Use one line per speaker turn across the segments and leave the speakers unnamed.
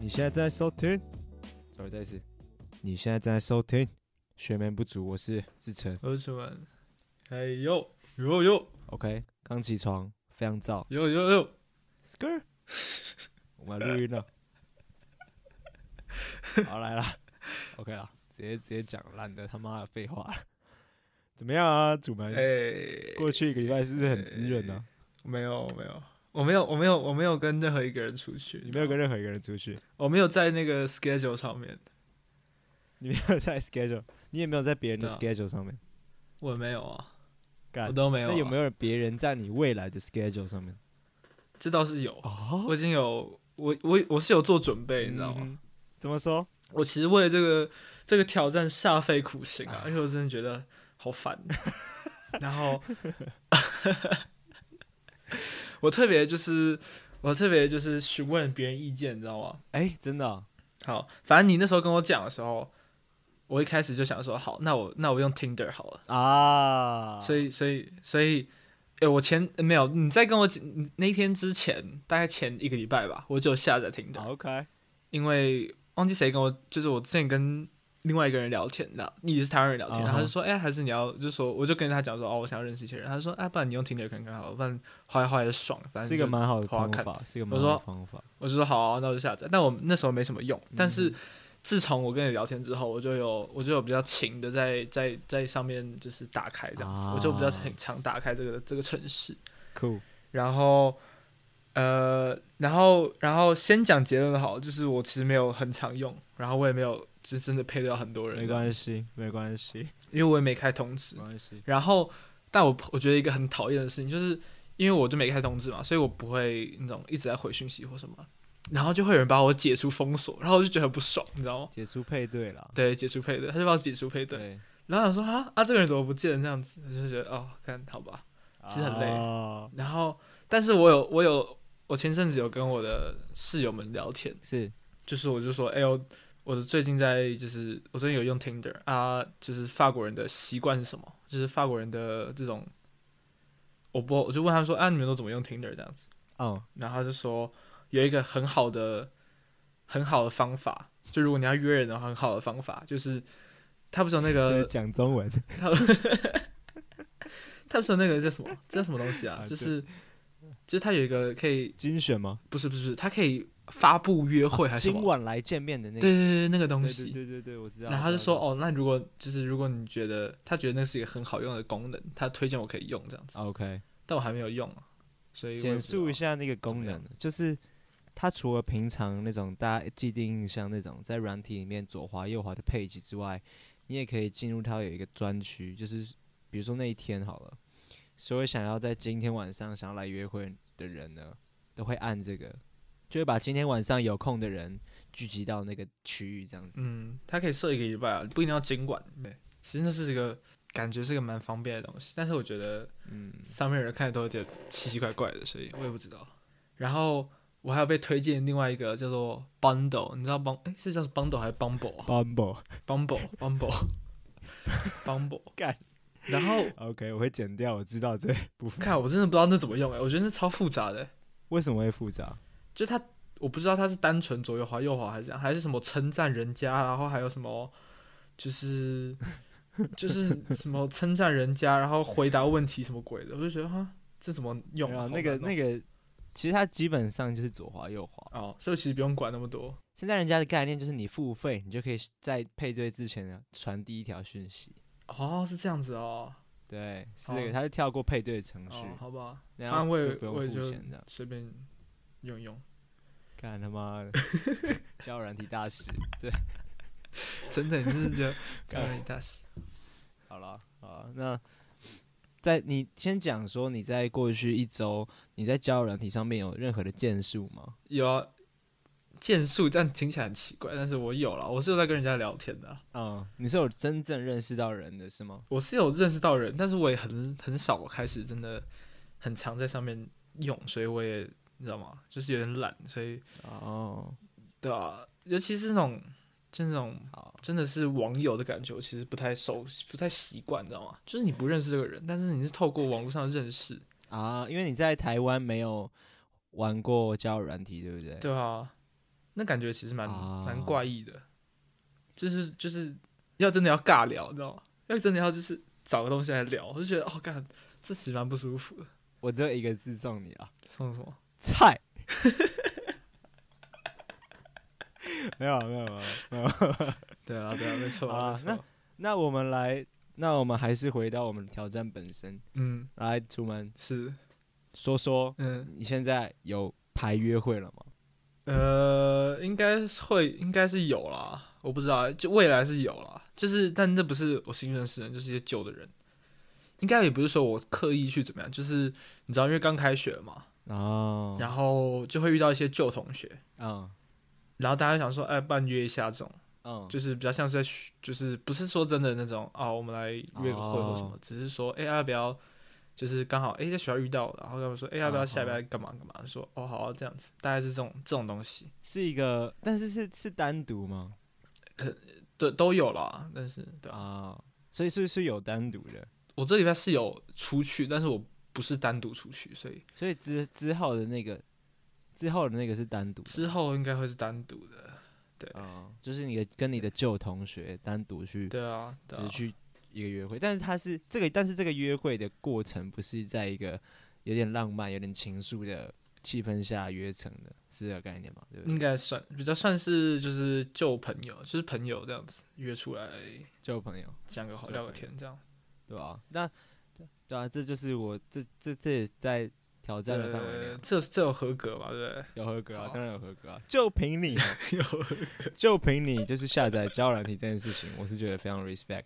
现在在收听，重来再一次。你现在在收听《睡眠不足》，我是志成。
我是楚文。哎呦呦呦
OK，刚起床，非常燥。
呦呦呦！
Skr，我们来录音 了。好来啦 o k 啦，直接直接讲烂的他妈的废话了。怎么样啊，主门？
哎，
过去一个礼拜是不是很滋润呢、啊
没有没有，我没有我没有我没有跟任何一个人出去，
你没有跟任何一个人出去，
我没有在那个 schedule 上面，
你没有在 schedule，你也没有在别人的
对
schedule 上面。
我没有啊，
干
我都没有、啊。
那有没有别人在你未来的 schedule 上面？
这倒是有，
哦，
我已经有我我我是有做准备，你知道吗？
嗯哼？怎么说？
我其实为了这个这个挑战煞费苦心啊，因为我真的觉得好烦。 然后 我特别就是我特别就是询问别人意见，你知道吗？
哎、真的
啊
哦、
好，反正你那时候跟我讲的时候，我一开始就想说，好，那我那我用 Tinder 好了。
啊，
所以所以所以，哎、我前没有你在跟我讲你那天之前，大概前一个礼拜吧，我就有下载 Tinder，、
好 OK，
因为忘记谁跟我，就是我之前跟另外一个人聊天，那你也是台湾人聊天，
啊哈
然后他就说，哎、还是你要，就说我就跟他讲说，哦，我想要认识一些人，他就说，啊，不然你用 Tinder 看看好了，不然滑一滑也爽，反正
是一个
就
蛮好的
好好
方
看
法，是一个
我
蛮好的
说
方法。
我就说好啊、那我就下载。但我那时候没什么用，但
嗯
是自从我跟你聊天之后，我就有我就有比较勤的在在在上面就是打开这样子，
啊
我就比较很常打开这个这个城市。
Cool，
然后呃，然后然后先讲结论好了，就是我其实没有很常用，然后我也没有就真的配对到很多人，
没关系，没关系，
因为我也 没开通知
没。关系。
然后，但我我觉得一个很讨厌的事情，就是因为我就没开通知嘛，所以我不会那种一直在回讯息或什么，然后就会有人把我解除封锁，然后我就觉得很不爽，你知道吗？
解除配对啦。
对，解除配对，他就把我解除 配对，
对，
然后我想说啊啊，这个人怎么不见了这样子，我就觉得哦，看好吧。其实很累
哦、
然后，但是我有我有我前阵子有跟我的室友们聊天，
是
就是我就说，哎呦，我最近在就是我最近有用 Tinder 啊，就是法国人的习惯是什么？就是法国人的这种，我不我就问他说啊，你们都怎么用 Tinder 这样子？
哦，
然后他就说有一个很好的很好的方法，就如果你要约人的话，很好的方法就是他不是有那
就是
个
讲中文，
他他不是有那个叫什么这叫什么东西啊？
啊
就是就是他有一个可以
精选吗？
不是不是不是，他可以发布约会还是什么
今？晚来见面的那个
对对对，啊那个东
对
西
对。对对对，我知道。
然后他
我
就
知道
说，哦，那如果就是如果你觉得他觉得那是一个很好用的功能，他推荐我可以用这样子，
我知道，OK，
但我还没有用啊，所以我也
简
不知道
述一，下那个功
么
能
样，
就是它除了平常那种大家既定印象那种在软体里面左滑右滑的配置之外，你也可以进入它有一个专区，就是比如说那一天好了，所有想要在今天晚上想要来约会的人呢，都会按这个，就会把今天晚上有空的人聚集到那个区域这样子。
嗯，他可以设一个礼拜啊，不一定要今晚。对，其实那是一个感觉是个蛮方便的东西，但是我觉得
嗯，
上面人看的都有点奇奇怪怪的，所以我也不知道。然后我还有被推荐另外一个叫做 Bundle，你知道 Bun 哎是叫 Bundle 还是 Bumble 啊
Bumble，OK，、
？Bumble Bumble Bumble，
干
然后
OK，我会剪掉，我知道这 部分
看我真的不知道那怎么用哎、我觉得那超复杂的、
为什么会复杂。
就他，我不知道他是单纯左右滑右滑还是这样，还是什么称赞人家，然后还有什么就是就是什么称赞人家，然后回答问题什么鬼的，我就觉得哈，这怎么用
然
啊？
后那个那
个
个，其实它基本上就是左滑右滑。
哦，所以我其实不用管那么多。
现在人家的概念就是你付费，你就可以在配对之前呢传递一条讯息。
哦，是这样子哦，
对，是这个，
哦
它是跳过配对程序，
哦，好吧，
然
反正
后
我也
就不
我
用
也
付
就
钱这样。
随便用用，
干他妈 的，教软体大师，这
真的，你真的觉得
干
干了一大事。
好了啊。那在你先讲说你在过去一周你在交友软体上面有任何的建树吗？
有啊剑术，但听起来很奇怪，但是我有了，我是有在跟人家聊天的啊、
嗯，你是有真正认识到人的是吗？
我是有认识到人，但是我也很很少，我开始真的很常在上面用，所以我也你知道吗？就是有点懒，所以
哦，
对啊，尤其是那种就那种
好，
真的是网友的感觉，我其实不太熟，不太习惯，你知道吗？就是你不认识这个人，但是你是透过网络上认识，
啊，因为你在台湾没有玩过交友软体，对不对？
对啊，那感觉其实蛮
啊
蛮怪异的，就是就是要真的要尬聊，你知道吗？要真的要就是找个东西来聊，我就觉得哦，干，这其实蛮不舒服的。
我只有一个字送你啊，
送什么？
菜。 没有没有啊没有没有。
对啊，对啊，没错
啊
没错。
那我们来，那我们还是回到我们的挑战本身。
嗯，
来，楚门
是，
说说，
嗯，
你现在有排约会了吗？
呃，应该是会，应该是有啦，我不知道，就未来是有啦，就是，但这不是我新认识的人，就是一些旧的人，应该也不是说我刻意去怎么样，就是你知道，因为刚开学了嘛，
哦，
然后就会遇到一些旧同学，
嗯
然后大家想说，哎，不然约一下这种，
嗯，
就是比较像是在嘘，就是不是说真的那种啊，我们来约个会或什么，
哦
只是说，哎、要不要？就是刚好哎、在学校遇到，然后他们说，哎、要不要
啊
下礼
好
拜干嘛干嘛？说哦好、啊、这样子，大概是这种这种东西。
是一个，但是是是单独吗？
对，都有啦，但是对啊，
啊，所以是是有单独的，
我这礼拜是有出去，但是我不是单独出去，所以
所以之之后的那个，之后的那个是单独的
之后应该会是单独的。
啊，就是你的跟你的旧同学单独去，
对啊，对
只
啊
是，去一个约会，但是他是这个，但是这个约会的过程不是在一个有点浪漫、有点情愫的气氛下约成的，是这个概念嘛？对不对？
应该算比较算是就是旧朋友，就是朋友这样子约出来
交朋友，
讲个好
旧
聊个
朋友
天这样。
对吧、那对啊，这就是我这这这也在挑战的范围内
呃
啊，，
这这有合格嘛？对不对？
有合格啊，
好
当然有合格啊，就凭你啊，
有，
就凭你就是下载交友软体这件事情，我是觉得非常 respect。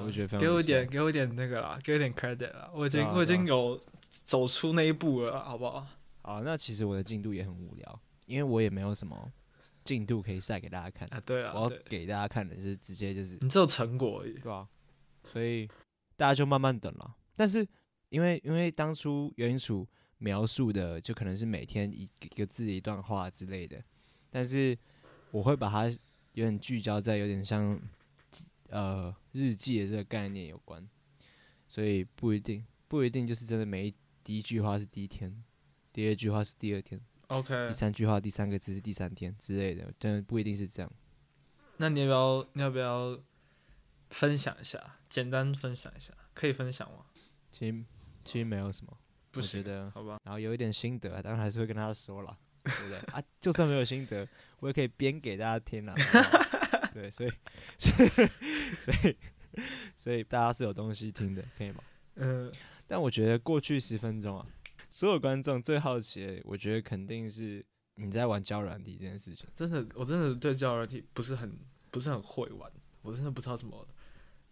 我觉得非常
嗯给我一
respect
点，给我一点那个啦，给我一点 credit 啦，我已经、
对啊
我已经
对
有走出那一步了，好不好？
好，那其实我的进度也很无聊，因为我也没有什么进度可以晒给大家看，
啊，对
我
啊，
要
对，
给大家看的是直接就是
你只有成果而已，
对啊，所以大家就慢慢等了。但是因为因为当初原因署描述的就可能是每天一个一个字一段话之类的，但是我会把它有点聚焦在有点像呃日记的这个概念有关，所以不一定不一定就是真的每一第一句话是第一天，第二句话是第二天，
OK，
第三句话第三个字是第三天之类的，但不一定是这样。
那你要不要你要不要分享一下？简单分享一下，可以分享吗？
其实其实没有什么，
不
我
行
觉得。
好吧，
然后有一点心得、啊，当然还是会跟他说 了，对不对？啊，就算没有心得，我也可以编给大家听啊。 好不好对，所以，所以，所以，所以大家是有东西听的，可以吗？
嗯、
但我觉得过去十分钟啊，所有观众最好奇的，我觉得肯定是你在玩交友软体这件事情。
真的，我真的对交友软体不是很不是很会玩，我真的不知道怎么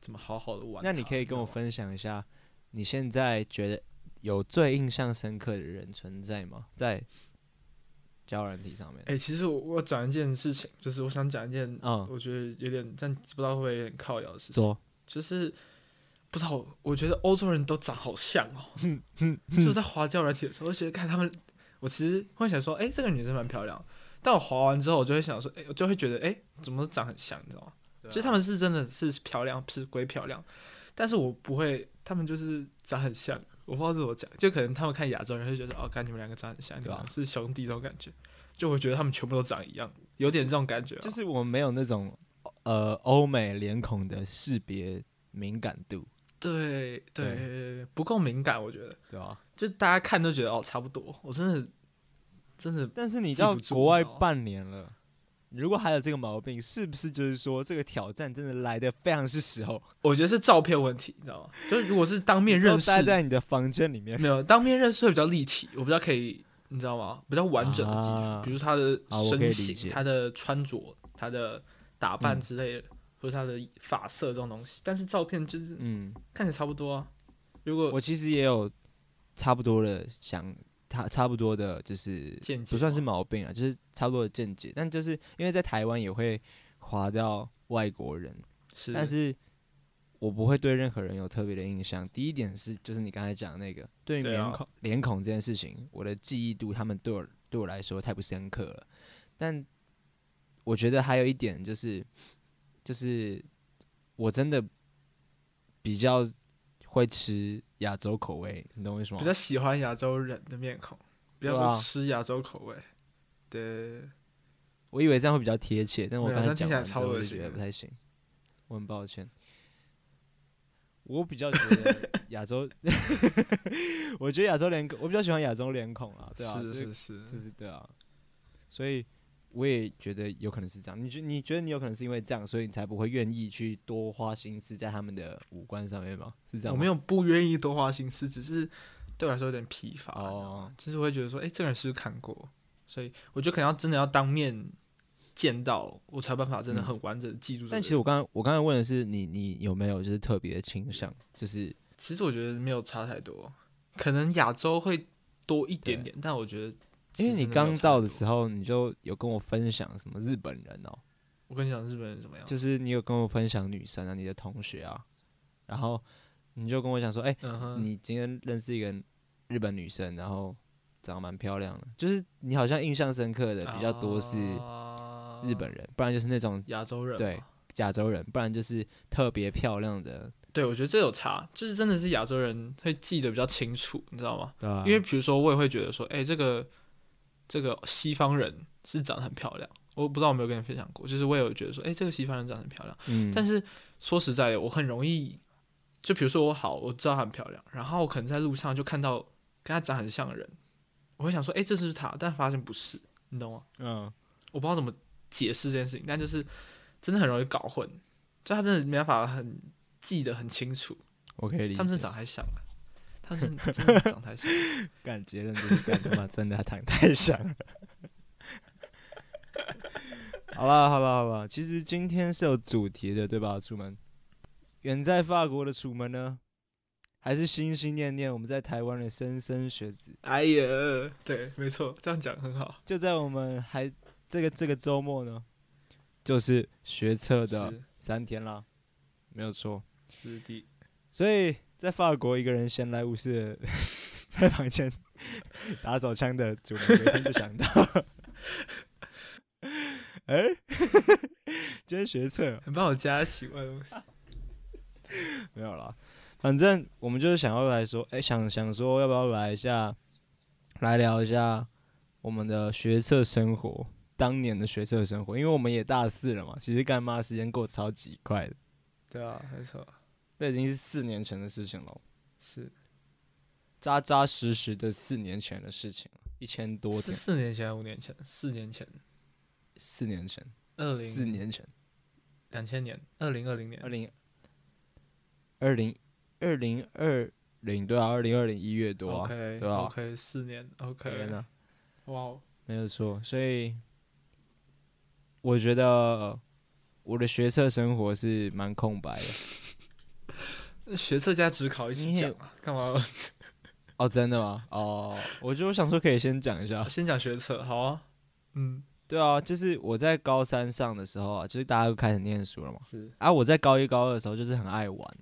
怎么好好的玩它。
那你可以跟我
知道吗
分享一下，你现在觉得有最印象深刻的人存在吗？在交友软体上面？
哎、其实我我讲一件事情，就是我想讲一件，
嗯，
我觉得有点但不知道会不会有点靠摇的事情。
说
就是不知道，我觉得欧洲人都长好像哦。
嗯
就在滑交友软体的时候，我就觉得看他们，我其实会想说，哎、这个女生蛮漂亮。但我滑完之后，我就会想说，哎、我就会觉得，哎、怎么都长很像，你知道吗？
啊
其实他们是真的是漂亮，是归漂亮，但是我不会，他们就是长很像，我不知道怎么讲，就可能他们看亚洲人会觉得，哦，看你们两个长很像，你们
对啊
两个是兄弟这种感觉，哦就我觉得他们全部都长一样，有点这种感觉、啊，
就是我没有那种呃欧美脸孔的识别敏感度，
对对，不够敏感，我觉得。
对啊吧、
就大家看都觉得哦差不多，我真的真的
但是你
记
到
不住
国外
你知道吗
半年了，如果还有这个毛病，是不是就是说这个挑战真的来的非常是时候？
我觉得是照片问题，你知道吗？就是如果是当面认
都
识，
待在你的房间里面，
没有当面认识会比较立体，我比较可以你知道吗？比较完整的记住，
啊
比如他的
啊我可以
身
理
形、
解
他的穿着、他的打扮
嗯
之类的，或者他的发色这种东西。但是照片就是
嗯，
看起来差不多啊。如果
我其实也有差不多的想，差差不多的就是
见解
不算
嘛
是毛病啊，就是差不多的见解，但就是因为在台湾也会划到外国人，
是，
但是我不会对任何人有特别的印象。第一点是，就是你刚才讲的那个对于
对啊
脸孔脸孔这件事情，我的记忆度，他们对我对我来说太不深刻了。但我觉得还有一点就是，就是我真的比较会吃亚洲口味，你懂我意思吗
比？较喜欢亚洲人的面孔，比较
对啊
说吃亚洲口味。对，
我以为这样会比较贴切，但我
没有
刚
这
才
样听
讲
起
完之
来
后
超
我
恶
就
心
觉得
的
不太行，我很抱歉。我比较觉 得亚洲， 我觉得亚洲脸孔，我比较喜欢亚洲脸孔啊，对啊，就是是
是是
就是对啊，所以我也觉得有可能是这样。你觉你觉得你有可能是因为这样，所以你才不会愿意去多花心思在他们的五官上面吗？是这样
我
吗？
没有不愿意多花心思，只是对我来说有点疲乏。
哦，
就是会觉得说，哎、这个人是不是看过？所以我觉得可能要真的要当面见到，我才有办法真的很完整的记住这个
但
人、
其实我刚刚我刚才问的是你你有没有就是特别的倾向，就是
其实我觉得没有差太多，可能亚洲会多一点点，但我觉得
因为你刚到的时
候，
候你就有跟我分享什么日本人哦，
我跟你讲日本人怎么样，
就是你有跟我分享女生啊，你的同学啊，然后你就跟我讲说，哎、
嗯哼，
你今天认识一个日本女生，然后长得蛮漂亮的，就是你好像印象深刻的比较多是
啊
日本人，不然就是那种
亚洲人嘛，
对亚洲人，不然就是特别漂亮的，
对，我觉得这有差，就是真的是亚洲人会记得比较清楚，你知道吗？
对吧
因为比如说我也会觉得说，哎、这个这个西方人是长得很漂亮，我不知道有没有跟你分享过，就是我也有觉得说，哎、这个西方人长得很漂亮，
嗯，
但
是
是说实在的，我很容易，就比如说我好，我知道她很漂亮，然后我可能在路上就看到跟她长很像的人，我会想说，哎、这是不是她？但发现不是，你懂吗？
嗯，
我不知道怎么解释这件事情，但就是真的很容易搞混，就他真的没办法很记得很清楚，
我可以理解，
他们真的长太像了，他们 真的真的长太像了。
感觉认就是干他妈真的躺太响了。 好了好了好了，其实今天是有主题的，对吧？楚门，远在法国的楚门呢，还是心心念念我们在台湾的莘莘学子？
哎呀，对，没错，这样讲很好。
就在我们还这个这个周末呢，就是学测的
是
三天啦，没有错。
是的，
所以在法国，一个人闲来无事的 在房间打手枪的主人，有一天就想到， 哎、 今天学测
很帮我加习惯的东西。
没有啦，反正我们就是想要来说，哎、想想说要不要来一下，来聊一下我们的学测生活，当年的学测生活，因为我们也大四了嘛，其实干妈时间过得超级快的，
对啊，没错，
那已经是四年前的事情了。
是
扎扎实实的四年前的事情了，一千多
是
天，
四年前还是五年前？四年前，
四年前，
二
四
零
年前，
两千年，二零二零年
二，零二零二零二零，对啊，二零二零一月多啊
OK，
对啊
o k 四年
天
，OK，
哪
哇哦，
没有错。所以我觉得我的学测生活是蛮空白的。
那学测加职考一起
你也
讲啊，干嘛？。
哦，真的吗？哦，我就想说可以先讲一下
先讲学测，好啊，嗯，
对啊，就是我在高三上的时候啊，就是大家都开始念书了嘛。
是，
啊，我在高一高二的时候就是很爱玩，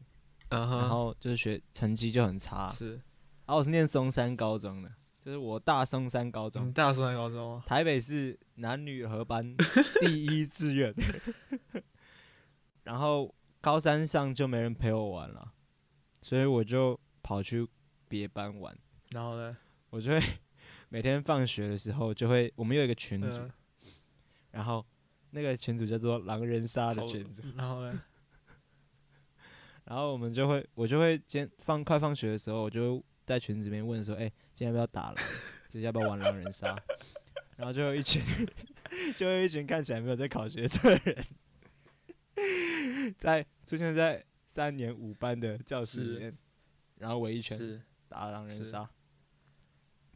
嗯
然
哼，
后就是学成绩就很差。
是，
啊，我是念松山高中的，就是我大松山高中，
你大专高中啊吗？
台北市男女合 班第一志愿。 然后高三上就没人陪我玩了，所以我就跑去别班玩。
然后呢？
我就会每天放学的时候就会，我们有一个群组，
嗯，
然后那个群组叫做“狼人杀”的
好
群组，
然后呢？
然后我们就会，我就会先放快放学的时候，我就会在群里面问说，哎、今天要不要打 狼？今天要不要玩狼人杀？ 然后就有一群， 就有一群看起来没有在考学测的人，在出现在三年五班的教室里
是
面，然后围一圈
是，
打狼人
是
杀。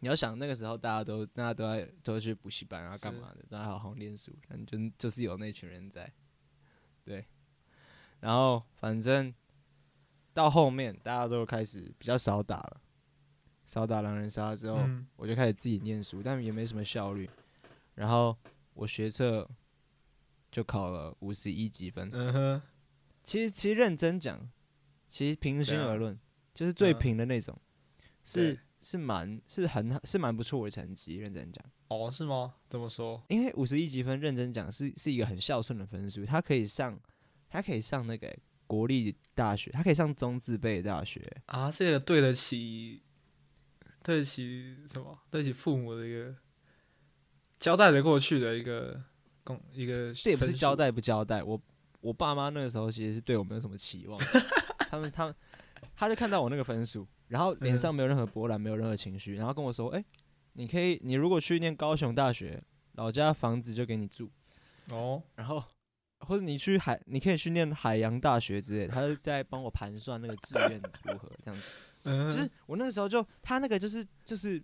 你要想那个时候大家都大家都在都去补习班啊干
是
嘛的，大家好好念书，反正就就是有那群人在，对。然后反正到后面大家都开始比较少打了，少打狼人杀之后，
嗯，
我就开始自己念书，但也没什么效率。然后我学测就考了五十一积分，
嗯哼，
其实其实认真讲，其实平心
对啊
而论，就是最
嗯
平的那种，是
对
是蛮是很是蛮不错的成绩。认真讲，
哦，是吗？怎么说？
因为五十一积分，认真讲是是一个很孝顺的分数，他可以上他可以上那个欸国立大学，他可以上中字辈大学。
啊，这个对得起，对得起什么？对得起父母的一个交代得过去的一个公一个，
这也不是交，代不交代，我我爸妈那个时候其实是对我没有什么期望，他们他们他就看到我那个分数，然后脸上没有任何波澜，没有任何情绪，然后跟我说：“哎、你可以，你如果去念高雄大学，老家房子就给你住，
哦，
然后或者你去海，你可以去念海洋大学之类的。”他就在帮我盘算那个志愿如何这样子。
嗯，
就是我那个时候就他那个就是就是，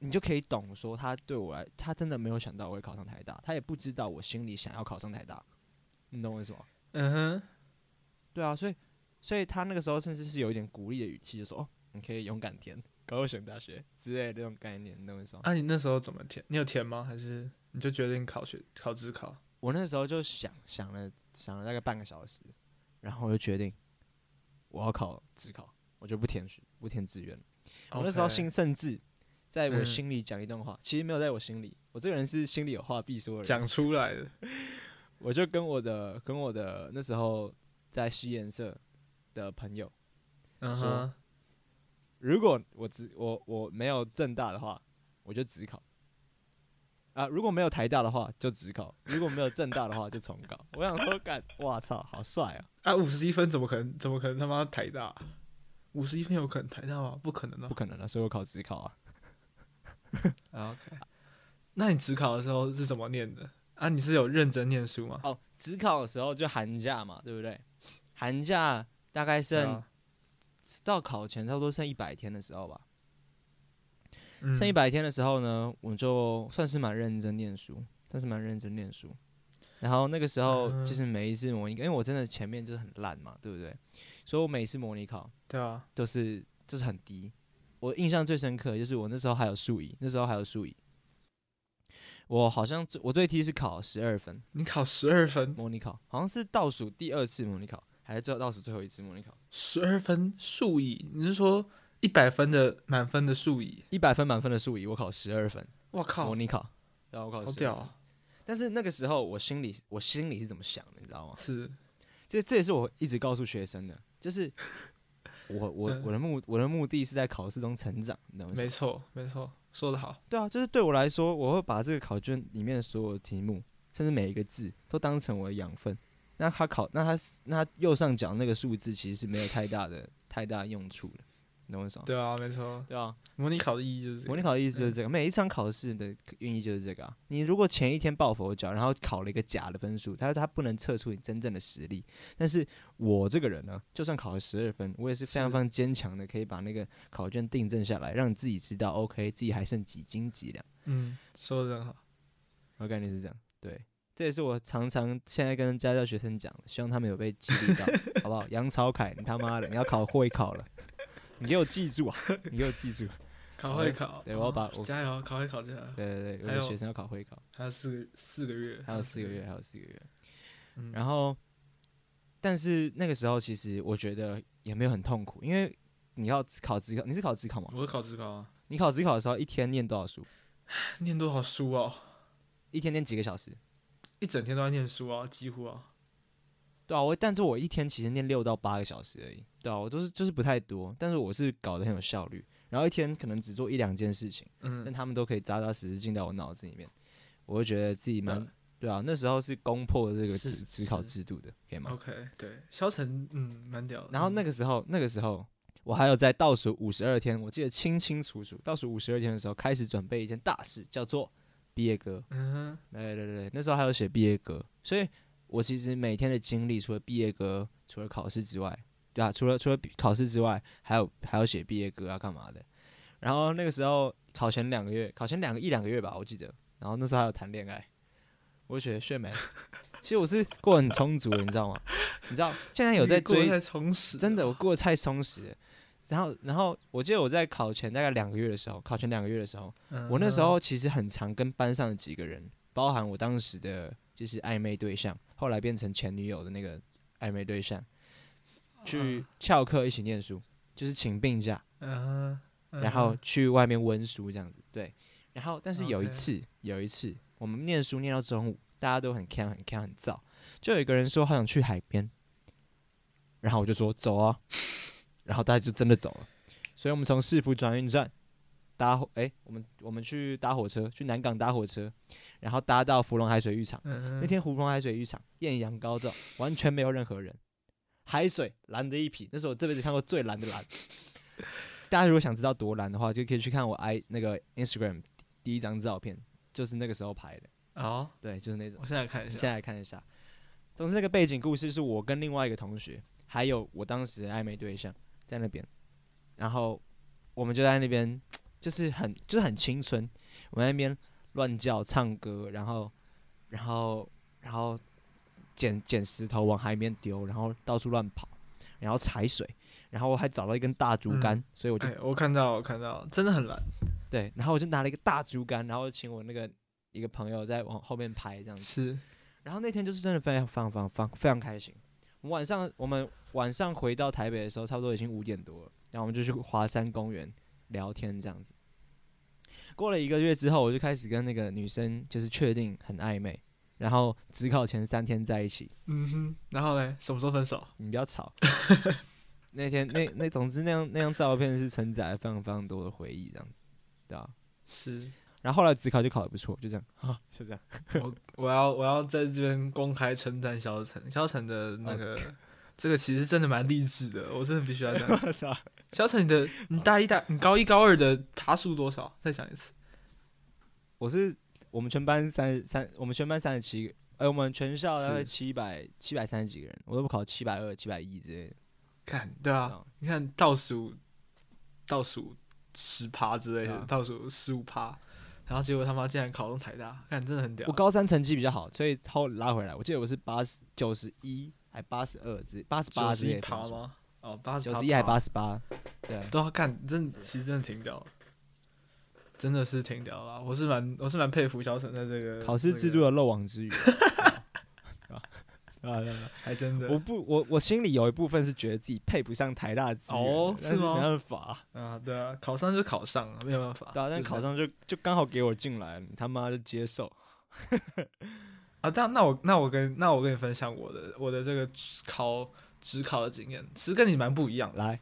你就可以懂说他对我来，他真的没有想到我会考上台大，他也不知道我心里想要考上台大，你懂我意思吗？
嗯哼，
对啊，所以所以他那个时候甚至是有一点鼓励的语气，就说哦，你可以勇敢填高雄大学之类的这种概念，你懂我意思吗？
啊，你那时候怎么填？你有填吗？还是你就决定考学考职考？
我那时候就想想了想了大概半个小时，然后我就决定我要考职考，我就不填不填志愿了。我那时候
OK
心甚至在我
嗯
心里讲一段话，其实没有在我心里，我这个人是心里有话必说的人。
讲出来的，
我就跟我的跟我的那时候在西研社的朋友，
嗯
说
哼，
如果我只我我没有正大的话，我就只考。啊，如果没有台大的话就只考，如果没有正大的话就重考。我想说，干，哇操，好帅啊！
啊，五十一分怎么可能？怎么可能他妈台大？五十一分有可能台大吗？不可能啊的
不。可能的，所以我考只考啊。
啊 OK，那你职考的时候是怎么念的？啊，你是有认真念书吗？
哦，只考的时候就寒假嘛，对不对？寒假大概
对
剩、
啊，
到考前差不多剩一百天的时候吧，
嗯
剩一百天的时候呢，我就算是蛮认真念书，算是蛮认真念书。然后那个时候
嗯
就是每一次模拟，因为我真的前面就是很烂嘛，对不对？所以我每一次模拟考
对啊，
都是就是很低。我印象最深刻就是我那时候还有数乙，那时候还有数乙，我好像最我最低是考十二分
你考十二分，
模拟考，好像是倒数第二次模拟考，还是最后倒数最后一次模拟考，
十二分数乙，你是说一百分的满分的数乙？
一百分满分的数乙我考十二分
我靠
模，拟考，然后我考
好
十
屌
二分。
啊！
但是那个时候我心里我心里是怎么想的，你知道吗？
是，
这这也是我一直告诉学生的，就是我我
嗯
我的目我的目的是在考试中成长，你懂吗？
没错，没错，说得好。
对啊，就是对我来说，我会把这个考卷里面的所有题目，甚至每一个字，都当成我的养分。那他考，那他那他右上角那个数字其实是没有太大的太大用处的，你懂我意思吗？
对啊，没错，
对啊，
模拟考的意义就是这
模拟
个。
考的意思就是这个，嗯每一场考试的用意就是这个啊。你如果前一天抱佛脚，然后考了一个假的分数，他他不能测出你真正的实力。但是我这个人呢，就算考了十二分，我也是非常
是
非常坚强的，可以把那个考卷订正下来，让你自己知道，OK，自己还剩几斤几两。
嗯，说的真好。
我概念是这样，对，这也是我常常现在跟家教学生讲的，希望他们有被激励到，好不好？杨朝凯，你他妈的，你要考会考了， 你给我记住啊，你给我记住。
考
好
会
的
考，嗯
对我要把我
加油，考会考加油，
对对对，有
还
的
有
学生要考会考。
还有四个四个月，
还有四个月，，还有四个月。
嗯
然后，但是那个时候其实我觉得也没有很痛苦，因为你要考职考，你是考职考吗？
我会考职考啊，
你考职考的时候，一天念多少书？
念多少书哦，
一天念几个小时？
一整天都在念书啊，几乎啊，
对啊，我但是我一天其实念六到八个小时而已。对啊，我都是就是不太多，但是我是搞得很有效率，然后一天可能只做一两件事情，但
嗯，
他们都可以扎扎实实进到我脑子里面，我就觉得自己蛮
对
对啊。那时候是攻破这个
呃是
职职考
是
制度的，可以吗？
OK，对，萧晨，嗯，蛮屌的。
然后那
嗯
个时候，那个时候我还有在倒数五十二天，我记得清清楚楚，倒数五十二天的时候开始准备一件大事，叫做毕业歌。
嗯哼，
对对对，那时候还有写毕业歌，所以我其实每天的精力除了毕业歌，除了考试之外，对啊，除了除了毕考试之外，还有还有写毕业歌啊，干嘛的。然后那个时候考前两个月，考前两个一两个月吧，我记得。然后那时候还有谈恋爱，我就觉得炫美。其实我是过得很充足的，你知道吗？你知道现在有
你
在
过得
追
太充实了，
真的，我过得太充实了。然后，然后我记得我在考前大概两个月的时候，考前两个月的时候，
嗯
我那时候其实很常跟班上的几个人，包含我当时的就是暧昧对象，后来变成前女友的那个暧昧对象，去翘课一起念书，就是请病假，
嗯哼，
然后去外面温书这样子。对，然后但是有一
OK
次，有一次我们念书念到中午，大家都很 can 很 can 很燥，就有一个人说好想去海边，然 后我就说走啊，然后大家就真的走了，所以我们从市府转运站搭火，哎、我们我们去搭火车，去南港搭火车，然后搭到芙蓉海水浴场。
嗯，
那天芙蓉海水浴场艳阳高照，完全没有任何人，海水蓝的一匹，那是我这辈子看过最蓝的蓝。大家如果想知道多蓝的话，就可以去看我 i 那个 Instagram 第一张照片，就是那个时候拍的，
哦，
对，就是那种
我。现在看一
你
下，
现在看一下，总之那个背景故事是我跟另外一个同学，还有我当时的暧昧对象在那边，然后我们就在那边，就是很就是很青春，我们在那边乱叫、唱歌，然后然后然后捡捡石头往海里面丢，然后到处乱跑，然后踩水，然后我还找到一根大竹竿，所以我就
哎，我看到，我看到，真的很蓝，
对，然后我就拿了一个大竹竿，然后请我那个一个朋友在往后面拍这样子。
是，
然后那天就是真的非常非常非常非常非常开心。我们晚上我们晚上回到台北的时候，差不多已经五点多了，然后我们就去华山公园聊天这样子。过了一个月之后，我就开始跟那个女生就是确定很暧昧，然后只考前三天在一起。
嗯哼，然后嘞，什么时候分手？
你不要 吵。那天那那总之那张那张照片是承载了非常非常多的回忆这样子，对啊。
是，
然后后来只考就考得不错，就这样啊，是这样。
我我要我要在这边公开称赞萧晨，萧晨的那个、这个其实真的蛮励志的，我真的必须要这 样讲。
我操，
萧晨，你的你大一大你高一高二的爬数多少？再讲一次。
我是我们全班三三，我们全班三十七个，哎、我们全校大概
是
七百七百三十几个人，我都不考七百二、七百一之类的。
看，对啊，
哦
你看倒数倒数十趴之类的，
对啊
倒数十五趴，然后结果他妈竟然考上台大，看真的很屌
我。高三成绩比较好，所以后拉回来，我记得我是八十九十一还八十二之八十八
九
之
十
类
一
的
趴
分数，
吗？哦，八十
九十一还八
十，
十八，对啊，
对啊，看真的其实真的挺屌的，真的是挺屌啦。我是蛮我是蛮佩服萧晨在这个
考试制度
这个
的漏网之鱼。 啊，对啊
还真的
我不，我我心里有一部分是觉得自己配不上台大资源的，
哦
但是
是吗
没办法，
啊，对啊，考上就考上了，没有办法。
对啊，但
是
考上就就刚好给我进来，你他妈就接受，
啊，但那我那我跟那我跟你分享我的我的这个考职考的经验，其实跟你蛮不一样的。
来，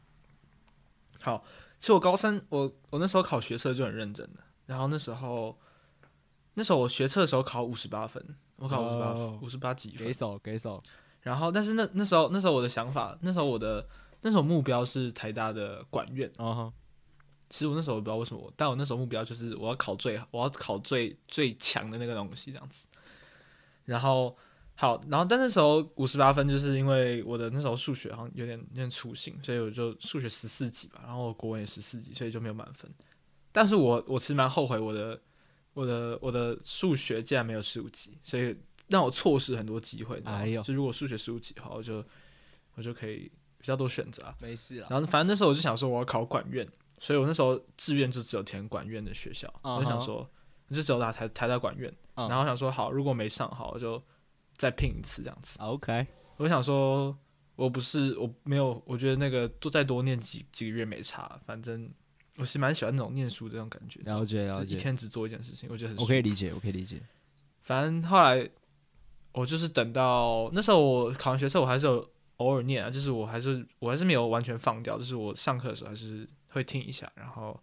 好，其实我高三，我我那时候考学测就很认真的，然后那时候那时候我学测的时候考五十八分，我考五十八
哦
五十八几分
给，手给手，
然后但是那那时候那时候我的想法，那时候我的那时候目标是台大的管院，
哦吼。
其实我那时候我不知道为什么我，但我那时候目标就是我要考最好，我要考最最强的那个东西这样子。然后好，然后但那时候五十八分，就是因为我的那时候数学好像有点有点粗心，所以我就数学十四级吧，然后我国文也十四级，所以就没有满分。但是我我其实蛮后悔我的我的我的数学竟然没有十五级，所以让我错失很多机会。你知道吗
哎呦
就如果数学十五级的话，我就我就可以比较多选择啊、
没事啦。
然后反正那时候我就想说我要考管院，所以我那时候志愿就只有填管院的学校我就
啊
想
哈
说就只有打台台大管院
嗯
然后我想说好，如果没上好，我就再拼一次这样子。
啊 OK，
我想说我不是我没有，我觉得那个多再多念几几个月没差，反正我是蛮喜欢那种念书这种感觉，
了解
就
了
一
解，
天只做一件事情，我觉得很
我可以
舒服
理解，我可以理解。
反正后来我就是等到那时候我考完学测，我还是有偶尔念啊，就是我还是我还是没有完全放掉，就是我上课的时候还是会听一下，然后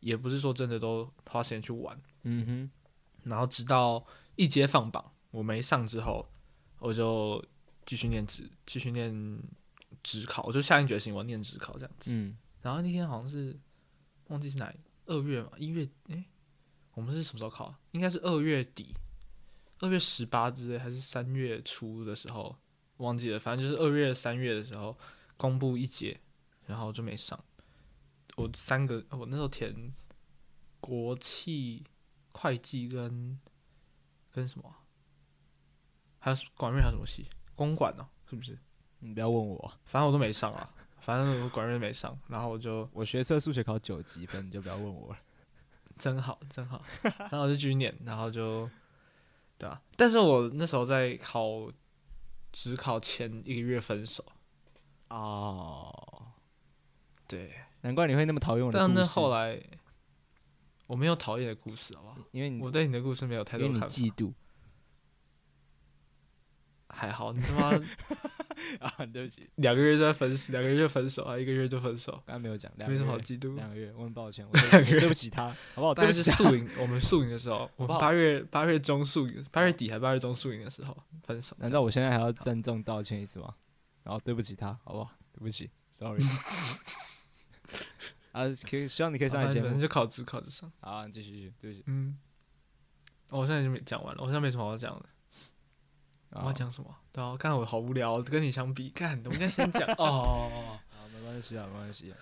也不是说真的都花时间去玩，
嗯
然后直到一阶放榜我没上之后，我就继续念职继续念职考，我就下定决心我要念职考这样子
哼，。嗯，
然后那天好像是忘记是哪二月嘛，一月诶，我们是什么时候考啊？应该是二月底，二月十八之类还是三月初的时候，忘记了，反正就是二月三月的时候公布一节，然后就没上。我三个，我那时候填国企、会计跟跟什么啊，还有管院还有什么系？公管哦，是不是？
你不要问我，
反正我都没上啊，反正我管院没上，然后我就
我学测数学考九级分，你就不要问我了。
真好，真好。 然后我就继续念，然后就，对啊。但是我那时候在考，只考前一个月分手，
哦，
对。
难怪你会那么讨厌我的
但
故
那
事
后来，我没有讨厌的故事，好不好？
因为你
我对你的故事没有太
嗯因
多
为你
看法，
嫉妒，
还好。你他妈，
啊，对不起，
两个月就在分手，两个月就分手，啊还一个月就分手，
刚才没有讲，两个
没什么好
月
嫉妒。
两个月，我很抱 歉，我
两
对
个月
我对不起他，好不好？对
但
不
是
起
宿营，我们宿营的时候，我
不
们
好
八月八月中宿营，八月底还八月中宿营的时候分手。
难道我现在还要郑重道歉一次吗？然后对不起他，好不好？对不起，sorry。啊，可以，希望你可以上来节
反正
目。
就考职考职上。
好啊，你继续，继续对不起。
嗯，哦我现在已经没讲完了，我现在没什么好讲的。我
啊
要讲什么？对啊，刚才我好无聊，跟你相比，干，我应该 先讲哦。
啊，没关系啊，没关系啊。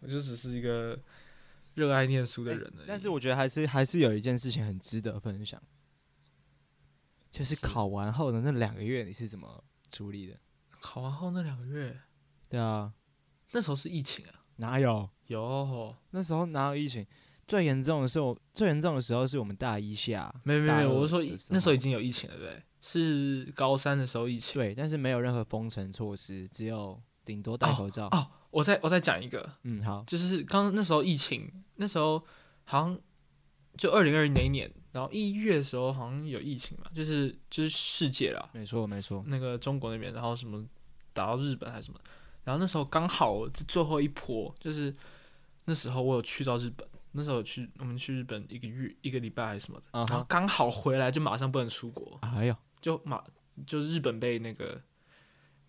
我就只是一个哎热爱念书的人而已。
但是我觉得还是还是有一件事情很值得分享，就是
是
考完后的那两个月你是怎么处理的？
考完后那两个月，
对啊，
那时候是疫情啊，
哪有？
有，
那时候哪有疫情？最严重的时候，最严重的时候是我们大一下，
没没
大
没，
二
我是说
的
疫那时候已
候
经有疫情了，对不对？是高三的时候疫情。
对，但是没有任何封城措施，只有顶多戴口罩。
哦，我再我再讲一个，
嗯，好，
就是刚那时候疫情，那时候好像就二零二零那一年，然后一月的时候好像有疫情嘛，就是就是世界啦，
没错没错，
那个中国那边，然后什么打到日本还是什么，然后那时候刚好最后一波，就是那时候我有去到日本，那时候有去我们去日本一个月一个礼拜还是什么的，
啊
然后
哈，
刚好回来就马上不能出国，
哎呦，
就马就日本被那个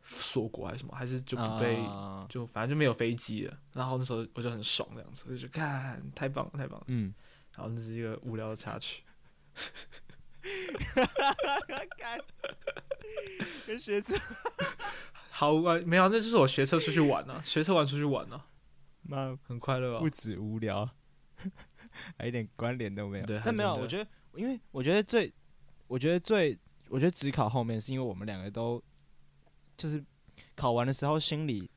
锁国还是什么，还是就不被、
啊
就反正就没有飞机了。然后那时候我就很爽这样子，我就觉得看太棒了太棒了。
嗯，
然后那是一个无聊的插 曲，
跟学车，
好玩没有啊，那就是我学车出去玩啊，学车玩出去玩啊，
妈
很快乐啊
不。止无聊，还一点关联都没有。
对还
但没有，
真的
我觉得，因为我觉得最，我觉得最，我觉得只考后面是因为我们两个都，就是考完的时候心里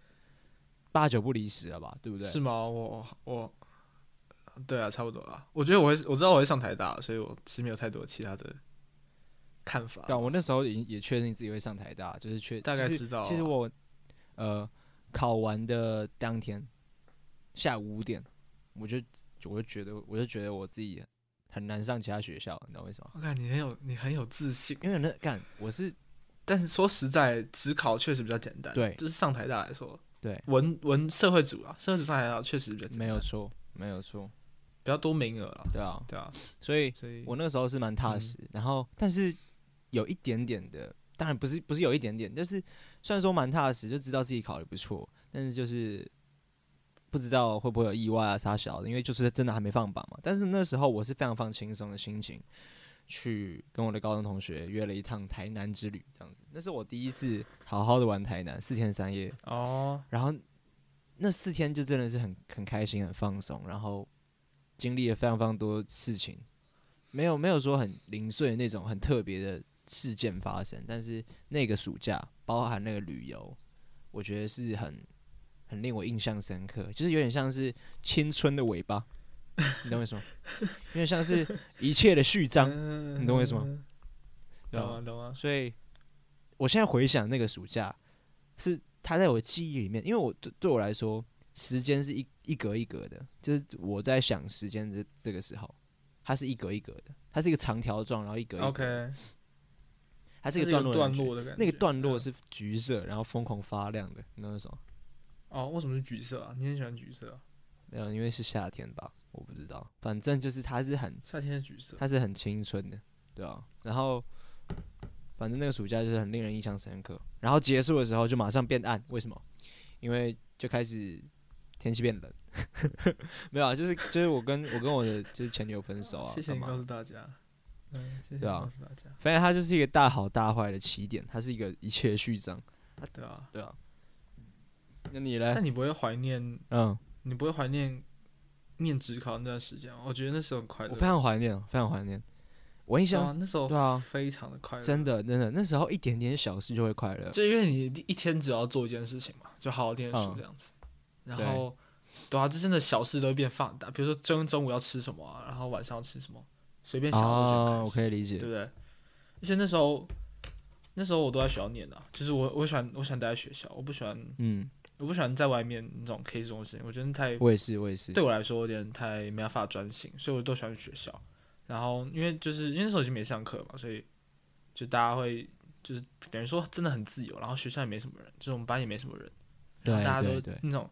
八九不离十了吧，对不对？
是吗？我我，对啊，差不多啊。我觉得我会，我知道我会上台大，所以我其实没有太多其他的看法。
对啊，我那时候已经也确定自己会上台大，就是确
大概
就是
知道
其实
啊
我呃考完的当天下午五点，我就我就觉得我就觉得我自己很难上其他学校，你知道为什么？
我看你很有你很有自信，
因为那干我是
但是说实在，职考确实比较简单。
对
就是上台大来说，
对
文文社会组啊，社会组上台大确实比较简单
没有错，没有错，
比较多名额了。
对啊，
对啊，
所以
所以
我那时候是蛮踏
嗯
实，然后但是有一点点的，当然不是不是有一点点，就是虽然说蛮踏实，就知道自己考的不错，但是就是不知道会不会有意外啊啥小的，因为就是真的还没放榜嘛。但是那时候我是非常放轻松的心情，去跟我的高中同学约了一趟台南之旅，这样子，那是我第一次好好的玩台南四天三夜，
哦，
然后那四天就真的是很很开心、很放松，然后经历了非常非常多事情，没有没有说很零碎的那种很特别的事件发生，但是那个暑假包含那个旅游，我觉得是很很令我印象深刻，就是有点像是青春的尾巴，你懂我意思吗？有点像是一切的序章，
嗯
你懂我意思吗？
懂
懂
啊
吗
懂啊，
所以我现在回想那个暑假，是它在我记忆里面，因为我对对我来说，时间是一一格一格的，就是我在想时间这这个时候，它是一格一格的，它是一个长条状，然后一格一格
OK，
它是
这
一
个
个段落的
段
感觉
落的感觉，
那个段落
嗯
是橘色，然后疯狂发亮的，你懂我什么？
哦，为什么是橘色啊？你很喜欢橘色啊？
没有，因为是夏天吧，我不知道，反正就是它是很
夏天是橘色，
它是很青春的，对啊。然后反正那个暑假就是很令人印象深刻。然后结束的时候就马上变暗，为什么？因为就开始天气变冷， 没有啊，就是就是我跟我跟我的就是前女友分手啊，
谢谢你
干嘛
告诉大家，嗯，谢谢你
对啊
告诉大家，
反正它就是一个大好大坏的起点，它是一个一切的序章，
对啊。
对啊。那你
那
嘞？
你不会怀念，
嗯，
你不会怀念念职考那段时间吗？我觉得那时候很快乐，
我非常怀念，非常怀念。我印
对
象
啊，那时候
对啊
非常的快乐，
真的真的，那时候一点点小事就会快乐，
就因为你一天只要做一件事情嘛，就好好念书
嗯
这样子，
对
然后对啊，就真的小事都会变放大，比如说中中午要吃什么啊、然后晚上要吃什么，随便想都觉
哦，
得很
我
开心
可以理解
对不对？而且那时候那时候我都在学校念的啊、就是我我喜欢我喜欢待在学校，我不喜欢
嗯，
我不喜欢在外面那种 K 这种事情，我觉得太
我也是，我也是。
对我来说有点太没办法专心，所以我都喜欢去学校。然后因为就是因为那时候已经没上课嘛，所以就大家会就是等于说真的很自由，然后学校也没什么人，就是我们班也没什么人，
对
然后大家
对
都
对，
那种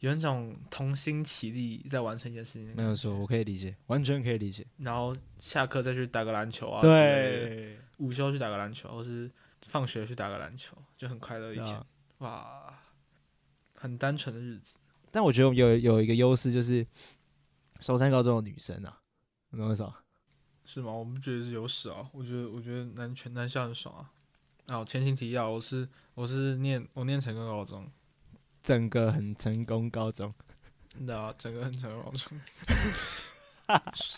有那种同心齐力在完成一件事情的
没
感
有
觉，
错，我可以理解，完全可以理解。
然后下课再去打个篮球啊，，，午休去打个篮球，或是放学去打个篮球，就很快乐一天，
啊
哇，很单纯的日子，
但我觉得我们有有一个优势就是，松山高中的女生啊，你懂我意思吗？
是吗？我不觉得是有史啊，我觉得我觉得南全南校很爽啊。啊，我前情提要，我是我是念我念成功高中，
整个很成功高中，
真的啊，整个很成功高中。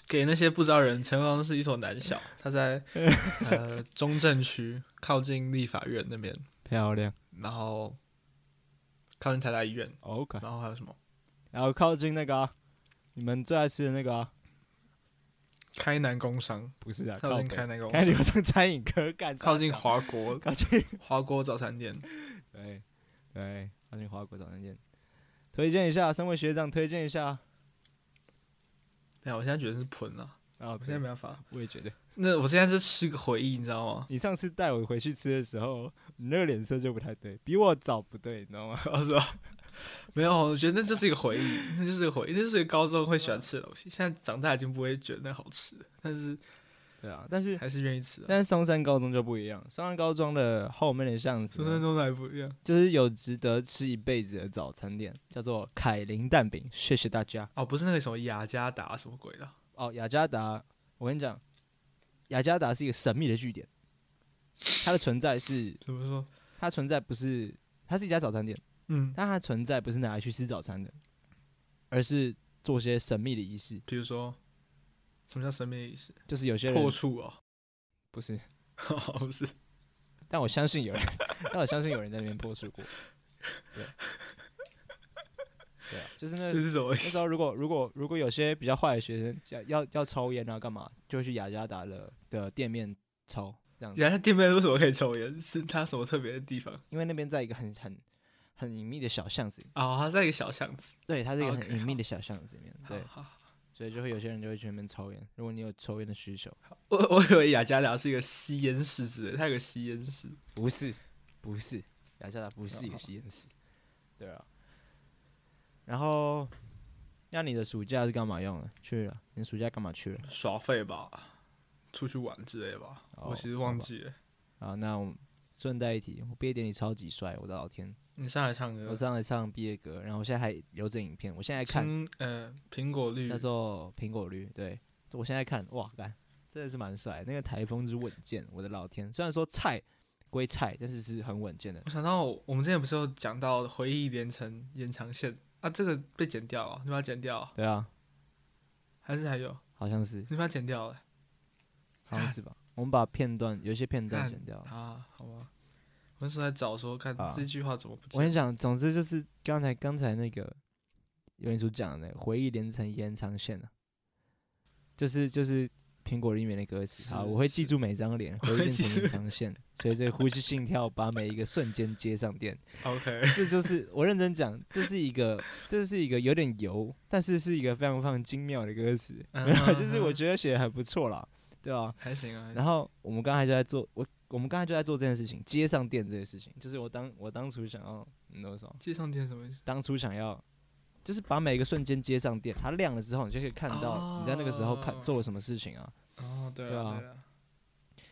给那些不知道的人，成功高中是一所南校，它在呃中正区靠近立法院那边，
漂亮。
然后靠近台大医院，
OK，
然后还有什么
然后靠近那个啊、你们最爱吃的那个啊、
开南工商，
不是啊，
靠
靠
近
北
开南工
开
商，
流上餐饮科，干啥
靠近
小
华国
靠近
华国早餐店，
对对，靠近华国早餐店，推荐一下，身为学长推荐一下。
哎，我现在觉得是喷了，
啊，
我现在没办法。
我也觉得。
那我现在是吃个回忆，你知道吗？
你上次带我回去吃的时候，你那个脸色就不太对，比我早不对，你知道吗？
我说没有，我觉得那就是一个回忆，那就是一个回忆，那就是一个高中会喜欢吃的东西。现在长大已经不会觉得那好吃，但是
对啊，但是
还是愿意吃、啊。
但是松山高中就不一样，松山高中的后面的巷子
中山
呢，
中奶不一样，
就是有值得吃一辈子的早餐店，叫做凯林蛋饼，谢谢大家。
哦，不是那个什么雅加达什么鬼的啊，
哦，雅加达，我跟你讲，雅加达是一个神秘的据点，它的存在是
怎么说？
它存在不是它是一家早餐店，
嗯，
但它的存在不是拿来去吃早餐的，而是做些神秘的仪式，
比如说什么叫神秘意识？
就是有些人
破处哦，
不是，
不是，
但我相信有人，但我相信有人在那边破处过，对，对啊，就是那
这是什么意
那
思？
时候如果如果如果有些比较坏的学生要要要抽烟啊干嘛，就会去雅加达的的店面抽这样子，
人家店面为什么可以抽烟？是它什么特别的地方？
因为那边在一个很很很隐秘的小巷子里，
哦，它在一个小巷子。
对，它是一个
OK，
很隐秘的小巷子里面，
好
对，
好好
所以就会有些人就会去那边抽烟。如果你有抽烟的需求，
我 我以为雅加达是一个吸烟室之类，它有个吸烟室。
不是，不是，雅加达不是一
好
个实验室，对啊。然后，那你的暑假是干嘛用的？去了？你暑假干嘛去了？
耍废吧，出去玩之类吧。
哦
我其实忘记了。
啊，那我们顺带一提，我毕业典礼超级帅，我的老天！
你上来唱歌
我，上来唱毕业歌，然后我现在还留着影片，我现在看
青呃苹果绿
叫，做《苹果绿》，对我现在看，哇，干，真的是蛮帅。那个台风之稳健，我的老天！虽然说菜归菜，但是是很稳健的。
我想到我们之前不是有讲到回忆连成延长线啊，这个被剪掉了，你把它剪掉了，
对啊，
还是还有，
好像是，
你把它剪掉了
好像是吧？我们把片段有一些片段
看
剪掉。
啊，好吧。我那时候在找说，看
哦啊
这句话怎么不
我跟
见
你讲，总之就是刚才刚才那个有人主讲的那个回忆连成延长线啊，就是就是苹果里面的歌词啊，
是
我会
是
记住每张脸，回忆
会
连
记
成
住
延长 线，随着呼吸心跳把每一个瞬间接上电。
？OK，
这就是我认真讲，这是一个这是一个有点油，但是是一个非常非常精妙的歌词，没有，啊就是我
嗯
觉得写的还不错啦，对吧、
还行啊。
然后我们刚才就在做我我们刚才就在做这件事情，接上电这件事情，就是我当我当初想要，你懂我意思吗？
接上电什么意思？
当初想要，就是把每个瞬间接上电，它亮了之后，你就可以看到你在那个时候看
哦
做了什么事情啊，
哦，对
对
了
啊
对了，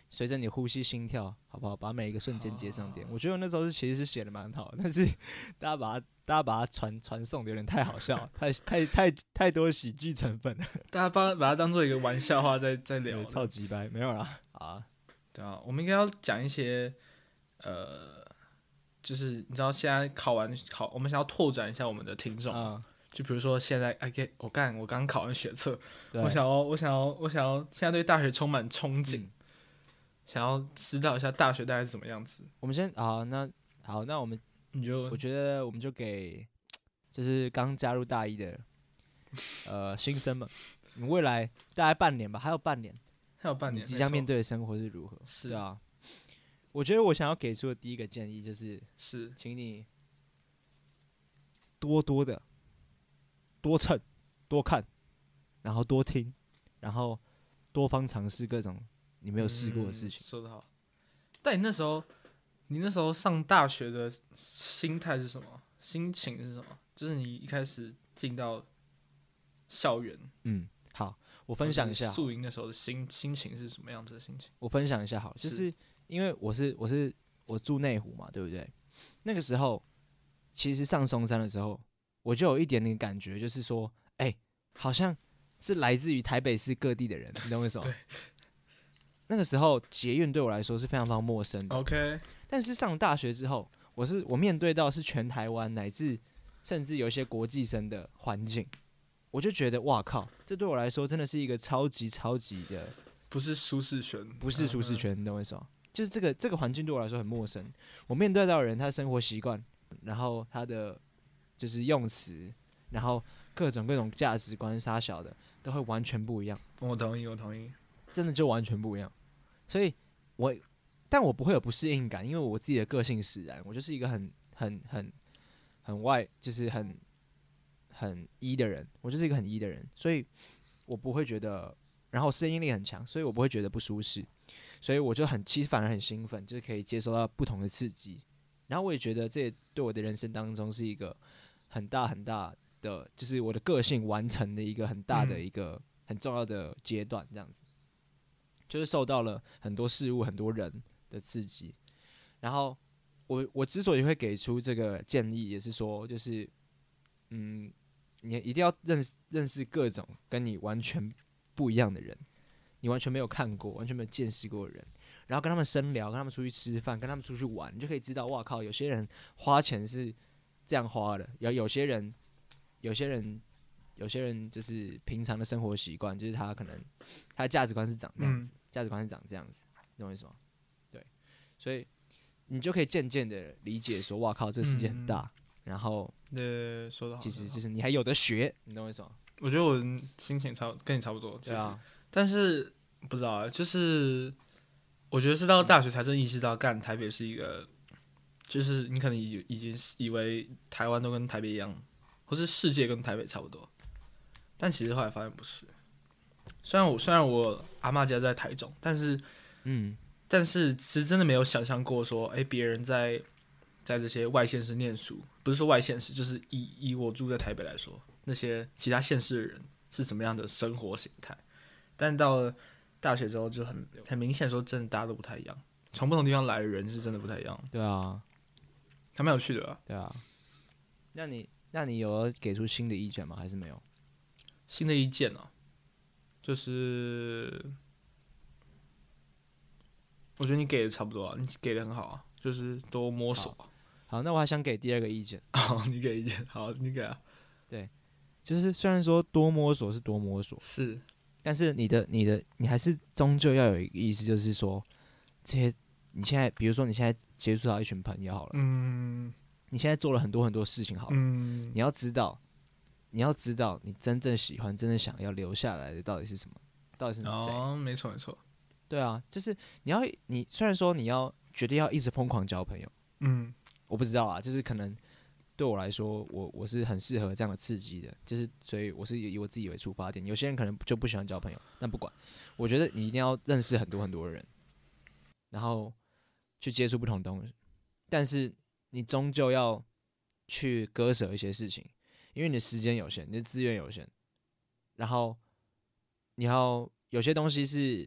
随着你呼吸心跳，好不好？把每一个瞬间接上电。
好
我觉得我那时候是其实是写的蛮好，但是 大家把它大家把它传传送的有点太好笑 了，太太太太多喜剧成分了，
大家把把它当做一个玩笑话在 在 聊
对，，超级白，没有啦，好啊，
对啊，我们应该要讲一些，呃，就是你知道现在考完考，我们想要拓展一下我们的听众，
嗯，
就比如说现在，哎，给我干，我刚考完学测，
对
我想要，我想要，我想要，现在对大学充满憧憬，
嗯
想要知道一下大学大概是什么样子。
我们先好，那好，那我们
你就
我觉得我们就给就是刚加入大一的呃新生们，你们未来大概半年吧，还有半年，
还有半
你
年，
即将面
对
对的生活是如何？
是
对啊，我觉得我想要给出的第一个建议就是。
是
请你多多的多蹭、多看，然后多听，然后多方尝试各种你没有试过的事
嗯
情。
说得好，但你那时候，你那时候上大学的心态是什么？心情是什么？就是你一开始进到校园，
嗯，好，我分享一下嗯
或者是
好了，
宿营的时候的心心情是什么样子的心情？
我分享一下好了，就是是因为我是我是我住内湖嘛，对不对？那个时候其实上松山的时候，我就有一点点感觉，就是说，哎、好像是来自于台北市各地的人，你懂我意思吗？那个时候捷运对我来说是非常非常陌生的，
OK，
但是上大学之后，我是我面对到是全台湾乃至甚至有一些国际生的环境，我就觉得哇靠，这对我来说真的是一个超级超级的
不是舒适圈，
不是舒适
嗯，
圈，你懂我意思吗？就是这个这个环境对我来说很陌生，我面对到的人他的生活习惯，然后他的就是用词，然后各种各种价值观啥小的都会完全不一样，
嗯我同意，我同意。
真的就完全不一样。所以我，但我不会有不适应感，因为我自己的个性使然，我就是一个很很很很外，就是很很一的人，我就是一个很一的人，所以我不会觉得，然后适应力很强，所以我不会觉得不舒适，所以我就很其实反而很兴奋，就是可以接收到不同的刺激，然后我也觉得这也对我的人生当中是一个很大很大的，就是我的个性完成的一个很大的
嗯
一个很重要的阶段，这样子，就是受到了很多事物、很多人的刺激，然后我我之所以会给出这个建议，也是说，就是嗯，你一定要认识认识各种跟你完全不一样的人，你完全没有看过、完全没有见识过的人，然后跟他们深聊，跟他们出去吃饭，跟他们出去玩，你就可以知道，哇靠，有些人花钱是这样花的，有有些人，有些人。有些人就是平常的生活习惯，就是他可能他的价值观是长那样
嗯
子，价、值观是长这样子，你懂我意思吗？对，所以你就可以渐渐的理解说，哇靠，这个世界很
嗯
大，然后
呃，说的好，
其实
说得
就
好
是你还有的学，哦你懂我意思吗？
我觉得我心情差不跟你差不多，其
对
实，
啊，
但是不知道啊，就是我觉得是到大学才真意识到，干台北是一个，就是你可能已已经以为台湾都跟台北一样，或是世界跟台北差不多，但其实后来发现不是。虽然我虽然我阿嬷家在台中，但是
嗯，
但是其实真的没有想象过说，哎、别人在在这些外县市念书，不是说外县市，就是以以我住在台北来说，那些其他县市的人是怎么样的生活形态。但到了大学之后，就很很明显说，真的大家都不太一样，从不同地方来的人是真的不太一样，
对啊，
还蛮有趣的啊。
对啊。那你那你有给出新的意见吗？还是没有？
新的意见呢、就是我觉得你给的差不多啊，你给的很好啊，就是多摸索啊。
好，那我还想给第二个意见，
好，你给意见，好，你给啊，
就是虽然说多摸索是多摸索，
是。
但是你的你的你还是终究要有一个意思，就是说这些你现在，比如说你现在接触到一群朋友好了，
嗯
你现在做了很多很多事情好了，
嗯
你要知道，你要知道你真正喜欢、真正想要留下来的到底是什么，到底是谁？
哦，没错没错，
对啊，就是你要你虽然说你要决定要一直疯狂交朋友，
嗯
我不知道啊，就是可能对我来说，我我是很适合这样的刺激的，就是所以我是以我自己为出发点。有些人可能就不喜欢交朋友，但不管，我觉得你一定要认识很多很多人，然后去接触不同东西，但是你终究要去割舍一些事情，因为你的时间有限，你的资源有限，然后你要有些东西是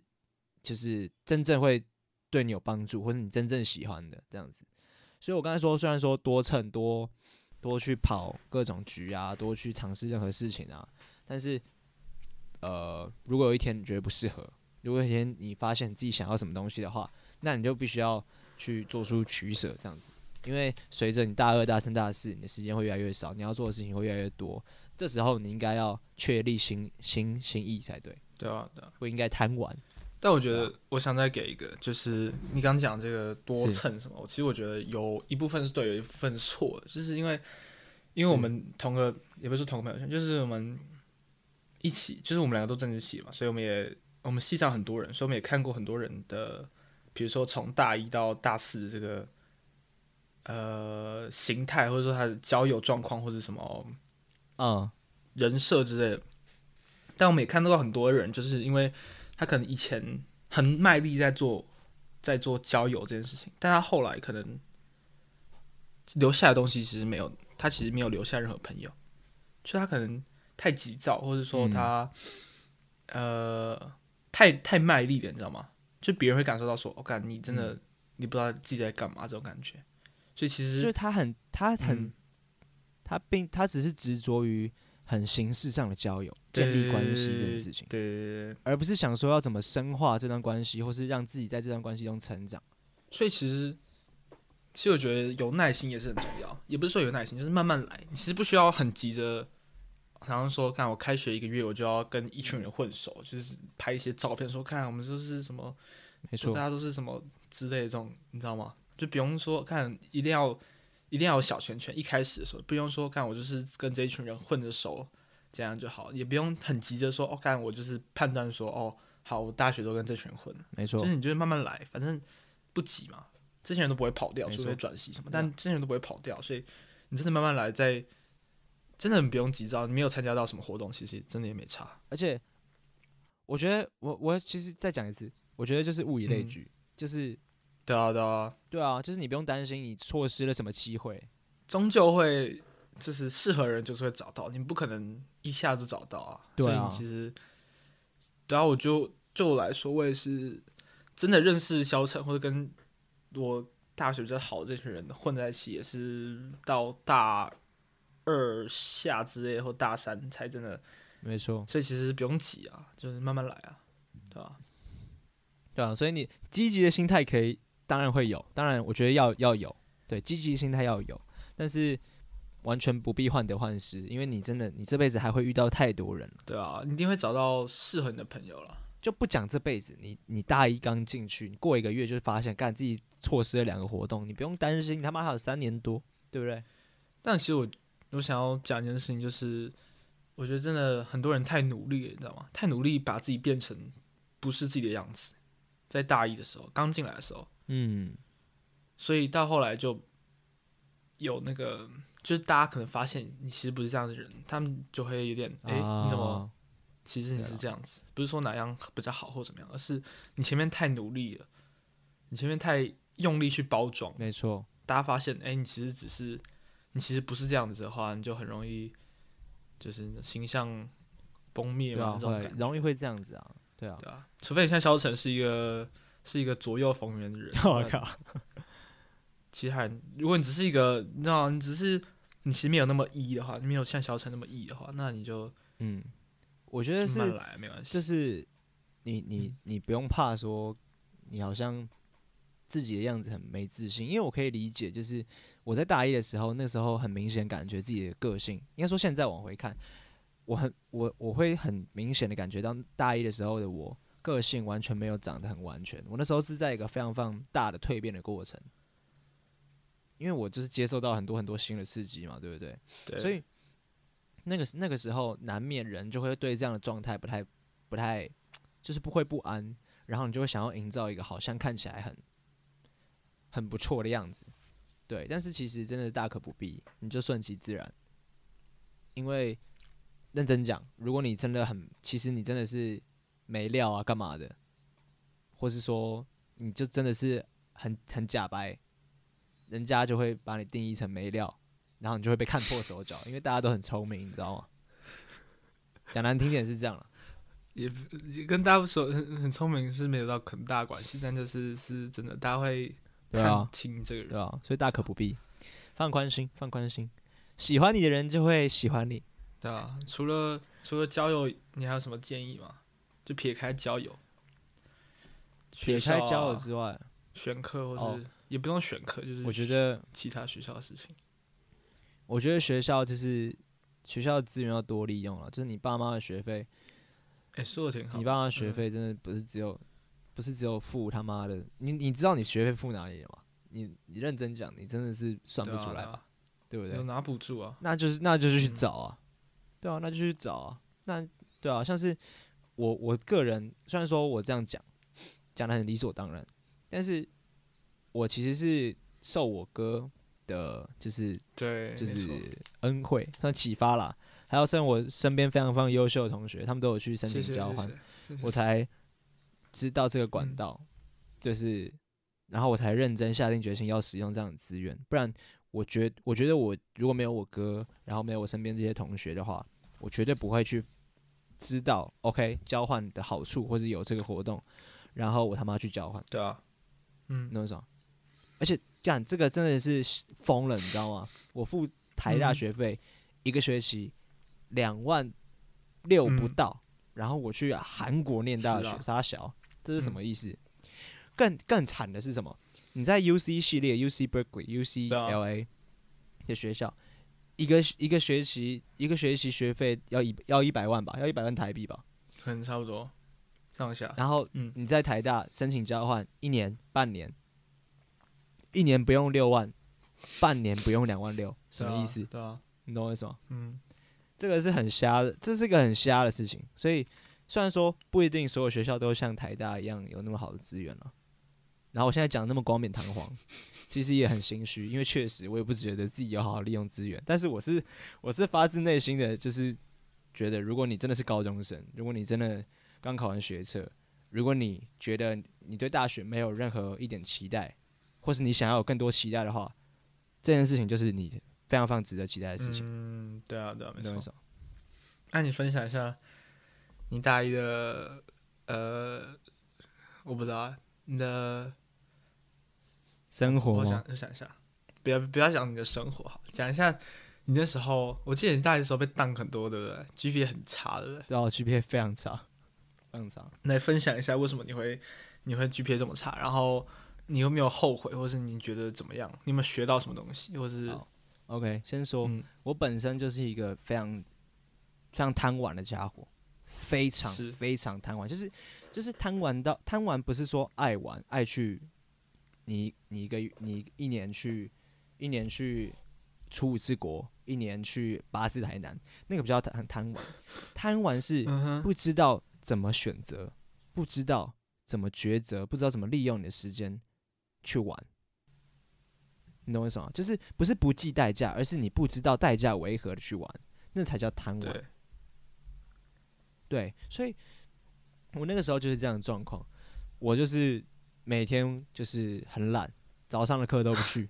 就是真正会对你有帮助，或者你真正喜欢的这样子。所以我刚才说，虽然说多蹭多多去跑各种局啊，多去尝试任何事情啊，但是呃，如果有一天你觉得不适合，如果有一天你发现自己想要什么东西的话，那你就必须要去做出取舍，这样子。因为随着你大二、大三、大四，你的时间会越来越少，你要做的事情会越来越多。这时候你应该要确立心心心意才对，
对啊对啊。
不应该贪玩。
但我觉得，我想再给一个，就是你刚讲这个多
是
蹭什么，我其实我觉得有一部分是对，有一部分是错的，就是因为因为我们同个也不是同个朋友圈，就是我们一起，就是我们两个都政治系嘛，所以我们也我们系上很多人，所以我们也看过很多人的，比如说从大一到大四的这个呃形态，或者说他的交友状况或者什么
嗯，
人设之类的。但我们也看到很多人，就是因为他可能以前很卖力在做在做交友这件事情，但他后来可能留下的东西其实没有，他其实没有留下任何朋友，就他可能太急躁，或者说他、呃太太卖力了，你知道吗？就别人会感受到说，我、哦、感你真的、
嗯
你不知道自己在干嘛这种感觉，所以其
就
实
是他很他很、
嗯
他并他只是执着于很形式上的交友，建立关系这件事情，
对对对对对
而不是想说要怎么深化这段关系，或是让自己在这段关系中成长。
所以其实，其实我觉得有耐心也是很重要，也不是说有耐心，就是慢慢来。你其实不需要很急着，好像说，看我开学一个月，我就要跟一群人混熟，就是拍一些照片说，看我们就是什么，
没
就
错
大，家都是什么之类的这种，你知道吗？就不用说，看一定要一定要有小圈圈，一开始的时候不用说，看我就是跟这一群人混着熟，这样就好，也不用很急着说，哦，看我就是判断说，哦，好，我大学都跟这群人混。
没错
就，是你就是慢慢来，反正不急嘛。这些人都不会跑掉，
没
除
错
非转系什么，
对啊
但这些人都不会跑掉，所以你真的慢慢来，在真的很不用急躁。你没有参加到什么活动，其实真的也没差。
而且我觉得我我其实再讲一次，我觉得就是物以类
嗯
聚，就是
对啊，对啊，
对啊，就是你不用担心你错失了什么机会，
终究会就是适合的人就是会找到，你不可能一下子找到啊。
对
所以
啊
你其实，然后我就就我来说，我也是真的认识小陈或者跟我大学比较好的这群人混在一起，也是到大二下之类或大三才真的，
没错，
所以其实不用急啊，就是慢慢来啊，对吧、
对啊，所以你积极的心态可以，当然会有，当然我觉得要要有，对，积极的心态要有，但是完全不必患得患失，因为你真的你这辈子还会遇到太多人了。
对啊，你一定会找到适合你的朋友了。
就不讲这辈子，你你大一刚进去，你过一个月就发现，干自己错失了两个活动，你不用担心，你他妈还有三年多，对不对？
但其实我我想要讲一件事情，就是我觉得真的很多人太努力了，你知道吗？太努力把自己变成不是自己的样子，在大一的时候，刚进来的时候，
嗯，
所以到后来就有那个，就是大家可能发现你其实不是这样的人，他们就会有点，哎、
啊
你怎么？其实你
对
是
啊
这样子，不是说哪样比较好或怎么样，而是你前面太努力了，你前面太用力去包装，
没错，
大家发现，哎、你其实只是，你其实不是这样子的话，你就很容易就是形象崩灭
对
嘛，
啊，
这种
会
感觉，
容易会这样子啊，对 啊。，
对啊，除非你像萧晨是一个是一个左右逢源的人
我靠，
其他人，如果你只是一个，你知道，你只是你其实没有那么 E 的话，你没有像萧晨那么 E 的话，那你就
嗯，我觉
就
得
慢慢
是
来，没关系。嗯
就是你你你不用怕说你好像自己的样子很没自信，因为我可以理解，就是我在大一的时候，那时候很明显感觉自己的个性，应该说现在往回看，我很我我会很明显的感觉到大一的时候的我个性完全没有长得很完全，我那时候是在一个非常非常大的蜕变的过程，因为我就是接受到很多很多新的刺激嘛，对不对？
对，
所以那个时那个时候难免人就会对这样的状态不太不太，就是不会不安，然后你就会想要营造一个好像看起来很很不错的样子，对，但是其实真的大可不必，你就顺其自然，因为认真讲，如果你真的很，其实你真的是没料啊，干嘛的，或是说你就真的是很很假掰，人家就会把你定义成没料，然后你就会被看破手脚，因为大家都很聪明，你知道吗？讲难听点是这样了，
也不也跟大家说很很聪明是没有到很大关系，但就是是真的，大家会
对啊
看清这个人
对。吧？所以大可不必，放宽心，放宽心，喜欢你的人就会喜欢你。
对啊，除了除了交友，你还有什么建议吗？就撇开交友，
撇
学
开
校啊
交友之外，
选课，或是、
哦
也不用选课，就是
我觉得，
其他学校的事情。
我觉得学校就是学校的资源要多利用了，就是你爸妈的学费，
哎、说的挺好。嗯
你爸妈学费真的不是只有，不是只有付他妈的，你你知道你学费付哪里了吗？你你认真讲，你真的是算
对
不
啊
出来吧，
对啊
对不对
有？拿补助啊？
那就是那就是去
嗯
找啊，对啊，那就去找啊，那对啊，像是我我个人虽然说我这样讲讲的很理所当然，但是我其实是受我哥的，就是
对，
就
哎没错
是恩惠算启发啦，还有像我身边非常非常优秀的同学，他们都有去申
谢
请
谢
交换，
谢谢谢谢
我才知道这个
嗯
管道，就是然后我才认真下定决心要使用这样的资源，不然我觉我觉得我如果没有我哥，然后没有我身边这些同学的话，我绝对不会去知道 OK 交换的好处，或是有这个活动，然后我他妈去交换，
对啊，
你
嗯，
懂我意思吗？而且干这个真的是疯了，你知道吗？我付台大
嗯
学费一个学期两万六不
嗯
到，然后我去韩国念大
是
学
啊，嗯
傻小，这是什么意思？更更惨的是什么？你在 UC 系列、UC Berkeley、
对啊
UCLA 的学校，一个一个学期一个学期学费要一要一百万吧，要一百万台币吧。
可能差不多上下，
然后
嗯
你在台大申请交换一年、半年，一年不用六万，半年不用两万六，什么意思？
对啊？对啊，
你懂我意思吗？
嗯，
这个是很瞎的，这是个很瞎的事情。所以虽然说不一定所有学校都像台大一样有那么好的资源了，然后我现在讲那么冠冕堂 皇，其实也很心虚，因为确实我也不觉得自己有好好利用资源，但是我是我是发自内心的，就是觉得如果你真的是高中生，如果你真的刚考完学测，如果你觉得你对大学没有任何一点期待，或是你想要有更多期待的话，这件事情就是你非常非常值得期待的事情。
嗯，对啊，对啊，没
你懂
错
我意。思吗
那、你分享一下你大一的呃，我不知道啊你的，
生活
我
吗
想我想一下，不要不要讲你的生活好，讲一下你那时候，我记得你大一的时候被当很多，对不对？GPA 很差，对不对？
对啊，我 GPA 非常差，非常差。
来分享一下为什么你会你会 GPA 这么差，然后你有没有后悔，或是你觉得怎么样？你有没有学到什么东西，或是
好 OK，先说、
嗯
我本身就是一个非常非常贪玩的家伙，非常
是
非常贪玩，就是就是贪玩到贪玩，不是说爱玩爱去，你你一个你一年去一年去出五次国，一年去八次台南，那个比较贪贪玩，贪玩是
嗯哼，
不知道怎么选择，不知道怎么抉择，不知道怎么利用你的时间去玩。你懂我意思吗？就是不是不计代价，而是你不知道代价为何的去玩，那才叫贪玩。
对，
对，所以我那个时候就是这样的状况，我就是每天就是很懒，早上的课都不去，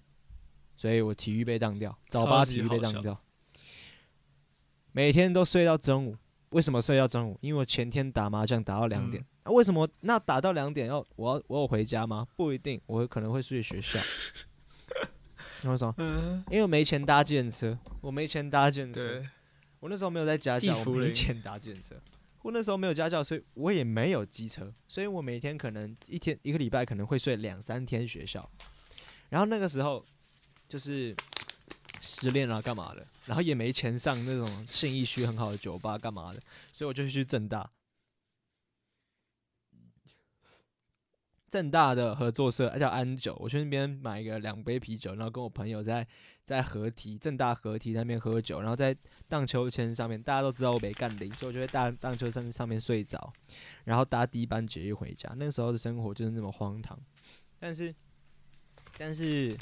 所以我体育被当掉，早
超
八
级
体育被
好
当
笑
掉，每天都睡到中午。为什么睡到中午？因为我前天打麻将打到两
嗯
点。啊为什么？那打到两点要我要我有回家吗？不一定，我可能会睡学校。 你为什么？
嗯，
因为我没钱搭建车，我没钱搭建车。
对，
我那时候没有在家
地
教，我
府
没
灵
钱搭建车。我那时候没有家教，所以我也没有机车，所以我每天可能一天一个礼拜可能会睡两三天学校。然后那个时候就是失恋啊了干嘛的，然后也没钱上那种信义区很好的酒吧干嘛的，所以我就去正大。正大的合作社哎叫安酒，我去那边买一个两杯啤酒，然后跟我朋友在在合体正大合体那边喝酒，然后在荡秋千上面，大家都知道我没干零，所以我就会荡荡秋千上面睡着，然后搭第一班捷运回家。那时候的生活就是那么荒唐，但是，但是，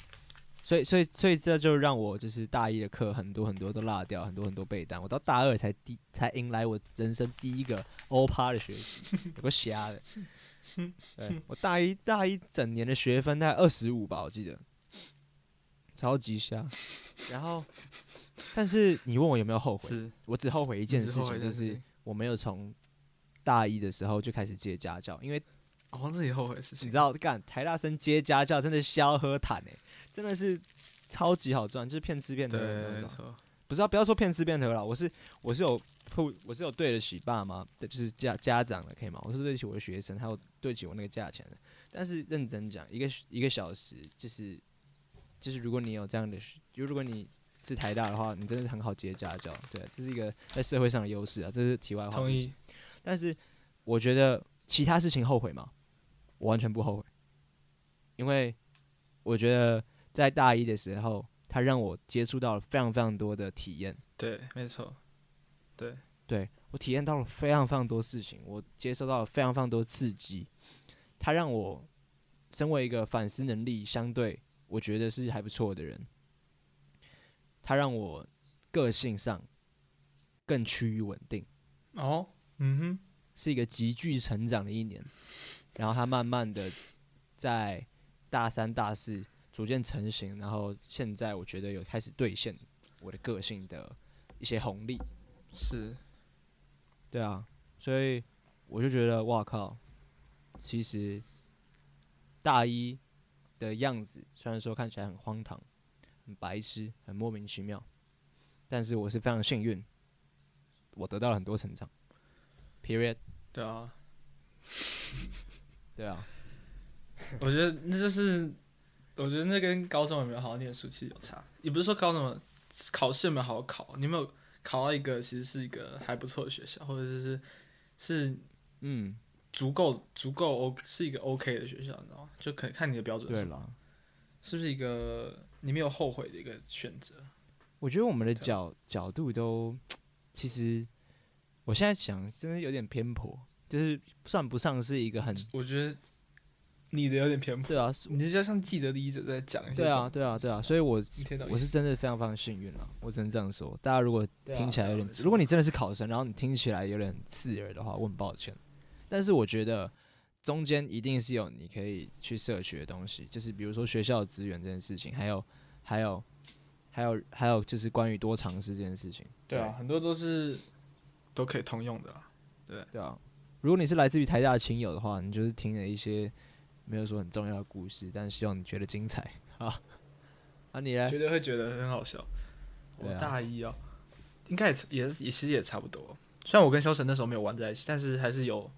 所以，所以，所以这就让我就是大一的课很多很多都落掉，很多很多被单。我到大二才第才迎来我人生第一个欧趴的学习，有个瞎的。对我大一大一整年的学分大概二十五吧，我记得，超级瞎。然后，但是你问我有没有后悔？
是
我只后悔一
一
件事情，就是我没有从大一的时候就开始接家教，因为
哦，自己后悔的事情，
你知道，干台大生接家教真的消喝坦哎、真的是超级好赚，就是骗吃骗喝的
对，
那
没
种。
错，
不是啊，不要说骗吃骗喝了，我是我是有付，我是有对得起爸妈，对就是家家长的，可以吗？我是对得起我的学生，还有对得起我那个价钱的。但是认真讲，一个一个小时，就是就是如果你有这样的学，就如果你是台大的话，你真的是很好接家教，对，啊这是一个在社会上的优势啊，这是题外话。
同意，
但是我觉得其他事情后悔吗？我完全不后悔，因为我觉得在大一的时候，他让我接触到了非常非常多的体验，
对，没错，
对我体验到了非常非常多事情，我接受到了非常非常多刺激，他让我身为一个反思能力相对我觉得是还不错的人，他让我个性上更趋于稳定。
哦，嗯哼，
是一个急剧成长的一年，然后他慢慢的在大三、大四逐渐成型，然后现在我觉得有开始兑现我的个性的一些红利。
是
对啊，所以我就觉得，哇靠，其实大一的样子虽然说看起来很荒唐、很白痴、很莫名其妙，但是我是非常幸运，我得到了很多成长。Period，
对啊，
对啊，
我觉得那就是，我觉得那跟高中有没有好好念书其实有差，也不是说高中考试有没有好好考，你有没有考到一个其实是一个还不错的学校，或者是是
嗯，
足够足够 O 是一个 OK 的学校，你知道吗？就可看你的标准是
对啊
什么
了，
是不是一个你没有后悔的一个选择。
我觉得我们的角角度都，其实我现在想真的有点偏颇，就是算不上是一个很
我觉得你的有点偏颇，
对啊，
你就像既得利益者在讲一些
对啊，对啊，对啊，所以我
一天到晚
我是真的非常非常幸运了，我只能这样说。大家如果
对啊
听起来有
对啊
点
没，错
如果你真的是考生，然后你听起来有点刺耳的话，我很抱歉。但是我觉得中间一定是有你可以去摄取的东西，就是比如说学校的资源这件事情，还有还有还有还有就是关于多尝试这件事情。
对啊，，很多都是都可以通用的啦。
对啊。如果你是来自于台大的亲友的话，你就是听了一些没有说很重要的故事，但希望你觉得精彩 啊。啊，你呢
绝？对会觉得很好笑。我
对啊
大一啊，应该也也是也其实也差不多。虽然我跟肖神那时候没有玩在一起，但是还是有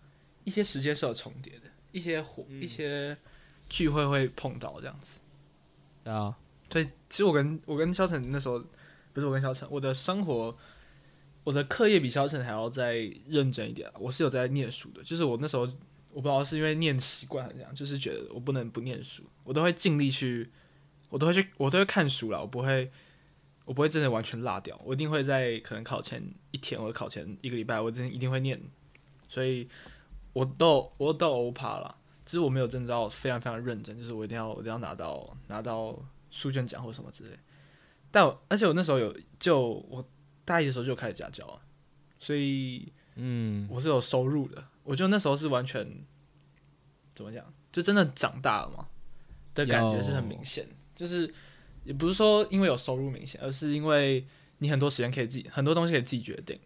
一些时间是有重叠的，一些活、一些聚会会碰到这样子。
对啊，
所以其实我跟我跟肖晨那时候不是我跟肖晨，我的生活我的课业比肖晨还要再认真一点啊。我是有在念书的，就是我那时候我不知道是因为念习惯还是怎样，就是觉得我不能不念书，我都会尽力去，我都会去，我都会看书啦，我不会。我不会真的完全落掉，我一定会在可能考前一天或者考前一个礼拜，我真的一定会念，所以我都有我都有欧趴啦，只是我没有真的到非常非常认真，就是我一定要我一定要拿到拿到书卷奖或什么之类。但我而且我那时候有就我大一的时候就开始家教啊，所以
嗯，
我是有收入的。我就那时候是完全怎么讲，就真的长大了嘛的感觉是很明显，就是也不是说因为有收入明显，而是因为你很多时间可以自己很多东西可以自己决定，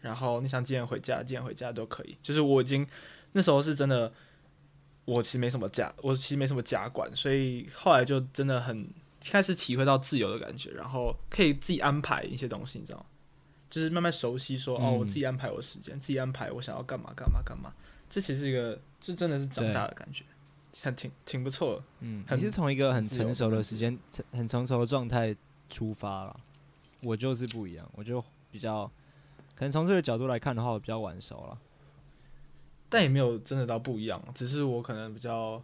然后你想几点回家几点回家都可以。就是我已经那时候是真的，我其实没什么家，我其实没什么家管，所以后来就真的很开始体会到自由的感觉，然后可以自己安排一些东西，你知道吗？就是慢慢熟悉说，哦，
嗯
我自己安排我时间，自己安排我想要干嘛干嘛干嘛。这其实是一个，这真的是长大的感觉，很挺挺不错的。
嗯，
很
你是从一个很
自由
成
的
熟的
方
时间、成很成熟的状态出发了。我就是不一样，我就比较，可能从这个角度来看的话，我比较晚熟了。
但也没有真的到不一样，只是我可能比较，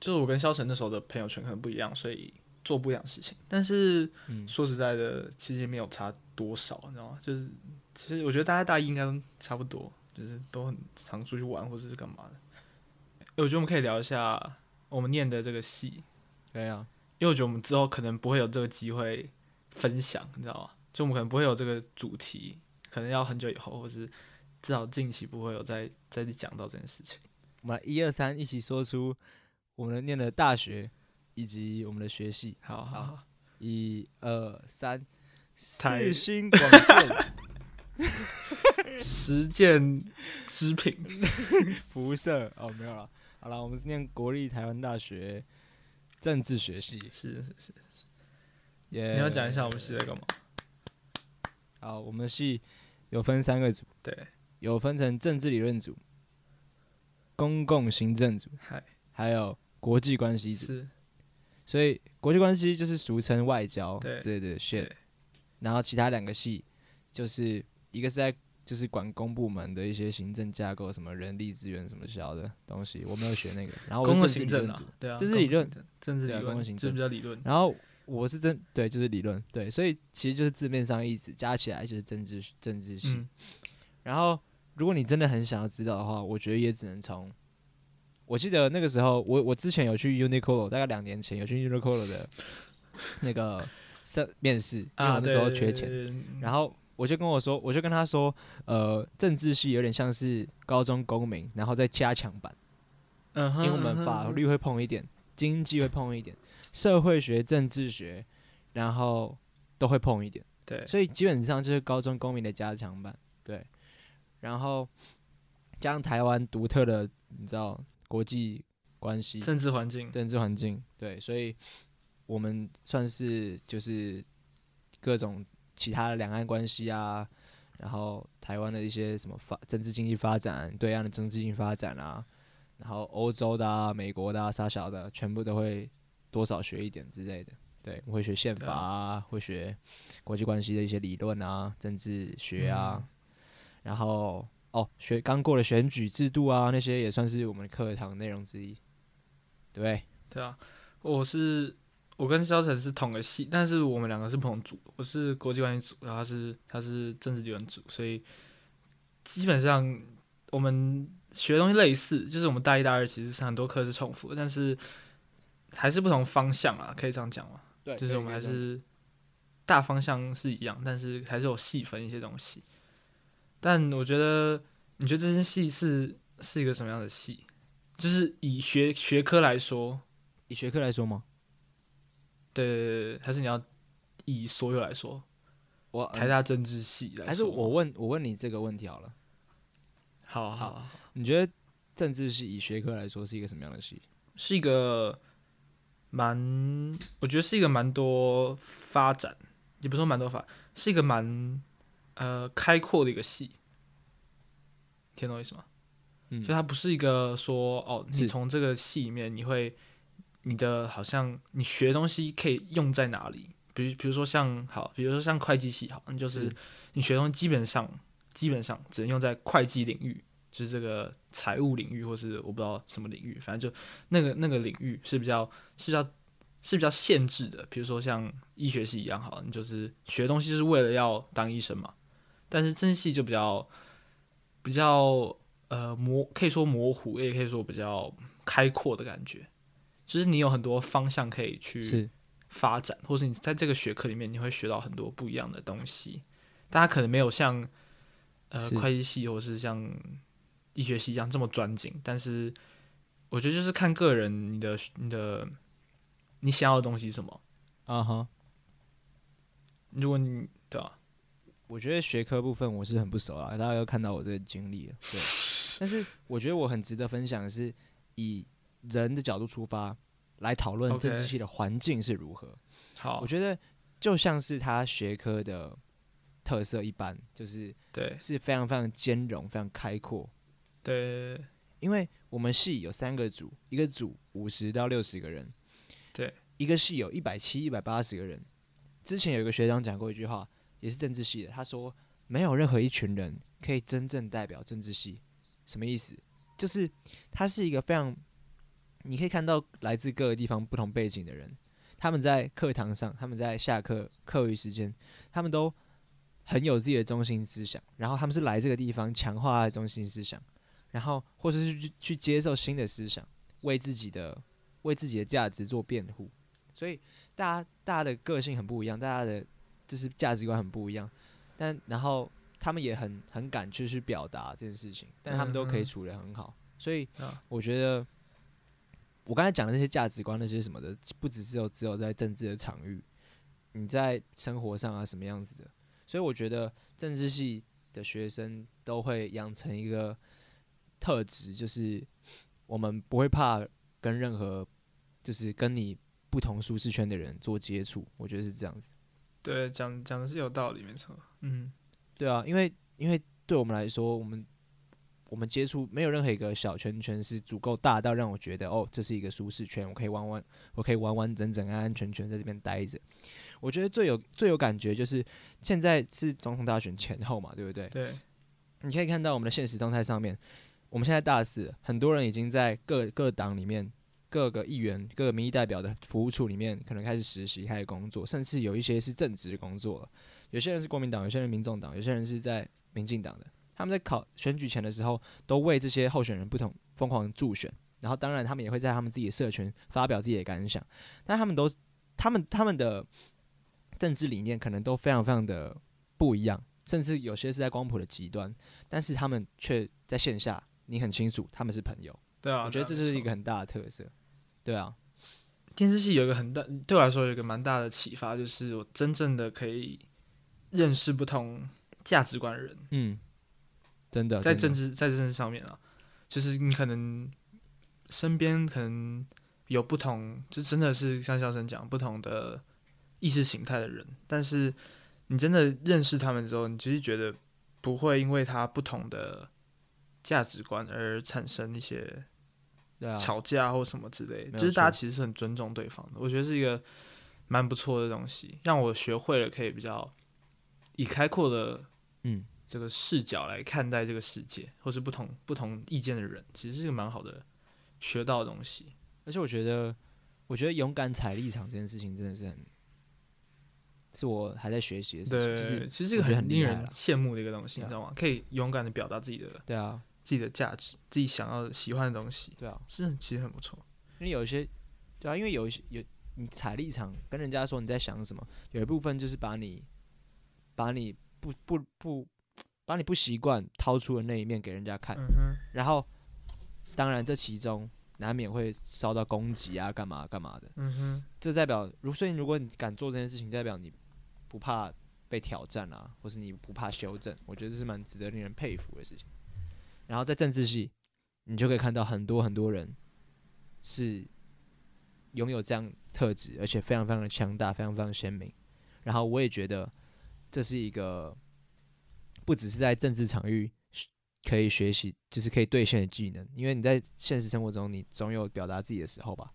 就是我跟肖晨那时候的朋友圈可能不一样，所以做不一样的事情。但是、
嗯
说实在的，其实也没有差多少，你知道吗？就是其实我觉得大家大一应该都差不多，就是都很常出去玩或者是干嘛的。我觉得我们可以聊一下我们念的这个系，
对啊，
因为我觉得我们之后可能不会有这个机会分享，你知道吗？就我们可能不会有这个主题，可能要很久以后，或是至少近期不会有再再讲到这件事情。
我们来一二三一起说出我们念的大学以及我们的学系。
好好好，
一二三，
台
四星广 电
实践织品，
辐射哦，没有了。好了，我们是念国立台湾大学政治学系。
是是是。
也
你要讲一下我们是在干嘛？
好，我们系有分三个组。
对，
有分成政治理论组、公共行政组，
嗨，
还有国际关系组。
是
所以国际关系就是俗称外交
对
之类的 shit
对。
然后其他两个系就是一个是在就是管公部门的一些行政架构，什么人力资源什么小的东西，我没有学那个。然后哦我
公
是政治
共行
理
政
论
啊
组，，
对啊，
这是
公共
理论
行政，政治
对啊
理
公共
论，
行
这
政
比较理论。
然后我是真对，就是理论对，所以其实就是字面上的意思，加起来就是政治政治系。
嗯，
然后，如果你真的很想要知道的话，我觉得也只能从。我记得那个时候，我我之前有去 Uniqlo，大概两年前有去 Uniqlo 的那个上面试，因为
啊，
我那时候
对嗯
缺钱。，然后我就跟我说，我就跟他说，呃，政治系有点像是高中公民，然后再加强版。
嗯哼，
英文、
嗯哼
法律会碰一点，经济会碰一点，社会学、政治学，然后都会碰一点。
对，
所以基本上就是高中公民的加强版，对。然后加上台湾独特的，你知道国际关系、
政治环境，
政治环境，对，所以我们算是就是各种其他的两岸关系啊，然后台湾的一些什么发政治经济发展，对岸的政治经济发展啊，然后欧洲的啊、美国的啊、啥小的，全部都会多少学一点之类的。对，我会学宪
对
法啊，会学国际关系的一些理论啊、政治学啊，然后哦，学刚过的选举制度啊，那些也算是我们课堂内容之一。对，
对啊，我是我跟肖晨是同个系，但是我们两个是不同组。我是国际关系组，然后他是他是政治理论组，所以基本上我们学的东西类似，就是我们大一大二其实是很多课是重复的，但是还是不同方向啊，可以这样讲吗？
对
就是我们还是大方向是一样，但是还是有细分一些东西。但我觉得，你觉得这些系是是一个什么样的系？就是以学学科来说，
以学科来说吗？
对对对对，还是你要以所有来说，
我
台大政治系来说，
嗯还是我？问我问你这个问题好了，
好好，好
你觉得政治系以学科来说是一个什么样的系？
是一个蛮，我觉得是一个蛮多发展，也不是说蛮多发，是一个蛮呃开阔的一个系，听懂我意思吗？
嗯
就它不是一个说哦，你
是
从这个系里面你会你的好像你学的东西可以用在哪里？比如比如说像好，比如说像会计系好，那就是
是
你学的东西基本上基本上只能用在会计领域，就是这个财务领域或是我不知道什么领域，反正就那个那个领域是比较是比较是比较限制的。比如说像医学系一样好，你就是学的东西是为了要当医生嘛，但是政治系就比较比较呃模可以说模糊，也可以说比较开阔的感觉，就是你有很多方向可以去
是
发展，或是你在这个学科里面你会学到很多不一样的东西。大家可能没有像呃
是
会计系或是像医学系一样这么专精，但是我觉得就是看个人你的你的你想要的东西是什么。
啊哈
如果你对啊，
我觉得学科部分我是很不熟啊，大家都看到我这个经历了。 对，但是我觉得我很值得分享的是，以人的角度出发来讨论
OK
政治系的环境是如何。
好
我，觉得就像是它学科的特色一般，就是
对
是非常非常兼容、非常开阔，
对
因为我们系有三个组，一个组五十到六十个人，
对，
一个系有一百七、一百八十个人。之前有一个学长讲过一句话，也是政治系的，他说没有任何一群人可以真正代表政治系，什么意思？就是他是一个非常，你可以看到来自各个地方不同背景的人，他们在课堂上，他们在下课课余时间，他们都很有自己的中心思想，然后他们是来这个地方强化他的中心思想，然后或者是去去接受新的思想，为自己的为自己的价值做辩护。所以大家大家的个性很不一样，大家的就是价值观很不一样，但然后他们也很很敢去去表达这件事情，但他们都可以
嗯嗯
处理得很好。所以
啊
我觉得我刚才讲的那些价值观那些什么的，不只是有只有在政治的场域，你在生活上啊什么样子的。所以我觉得政治系的学生都会养成一个特质，就是我们不会怕跟任何就是跟你不同舒适圈的人做接触。我觉得是这样子。
对，讲讲的是有道理，没错。嗯，
对啊，因为因为对我们来说，我们我们接触没有任何一个小圈圈是足够大到让我觉得哦，这是一个舒适圈，我可以完完我可以完完整整、安安全全在这边待着。我觉得最有最有感觉就是现在是总统大选前后嘛，对不对？
对
你可以看到我们的现实动态上面，我们现在大四了，很多人已经在各各党里面、各个议员、各个民意代表的服务处里面，可能开始实习、开始工作，甚至有一些是正职工作了。有些人是国民党，有些人民众党，有些人是在民进党的。他们在考选举前的时候，都为这些候选人不同疯狂助选，然后当然他们也会在他们自己的社群发表自己的感想，但他们都他们他们的政治理念可能都非常非常的不一样，甚至有些是在光谱的极端。但是他们却在线下，你很清楚他们是朋友，
对啊，
我觉得这
对啊
就是
没
一
错
个很大的特色。对啊，
电视系有一个很大，对我来说有一个蛮大的启发，就是我真正的可以认识不同价值观的人，
嗯，真的，
在
真
政
的
治在政治上面啊，就是你可能身边可能有不同，就真的是像肖生讲不同的意识形态的人，但是你真的认识他们之后，你其实觉得不会因为他不同的价值观而产生一些
对啊，
吵架或什么之类，
没有
就是大家
错
其实是很尊重对方的。我觉得是一个蛮不错的东西，让我学会了可以比较以开阔的
嗯，
这个视角来看待这个世界，或是不同不同意见的人，其实是一个蛮好的学到的东西。
而且我觉得，我觉得勇敢踩立场这件事情真的是很，是我还在学习的事情，
对，
就是
其实是一
我
个
觉得很
令
厉害
人
啦
羡慕的一个东西，
对啊
你知道吗？可以勇敢的表达自己的
对啊，
自己的价值，自己想要的喜欢的东西，
对啊，
是其实很不错。
因为有一些，对啊，因为有一些有你踩立场跟人家说你在想什么，有一部分就是把你把你不不不把你不习惯掏出的那一面给人家看，
嗯哼，
然后当然这其中难免会受到攻击啊，干嘛干嘛的，
嗯哼，
这代表如所以如果你敢做这件事情，代表你不怕被挑战啊，或是你不怕修正，我觉得这是蛮值得令人佩服的事情。然后在政治系，你就可以看到很多很多人是拥有这样特质，而且非常非常的强大，非常非常地鲜明。然后我也觉得这是一个不只是在政治场域学可以学习，就是可以兑现的技能，因为你在现实生活中，你总有表达自己的时候吧。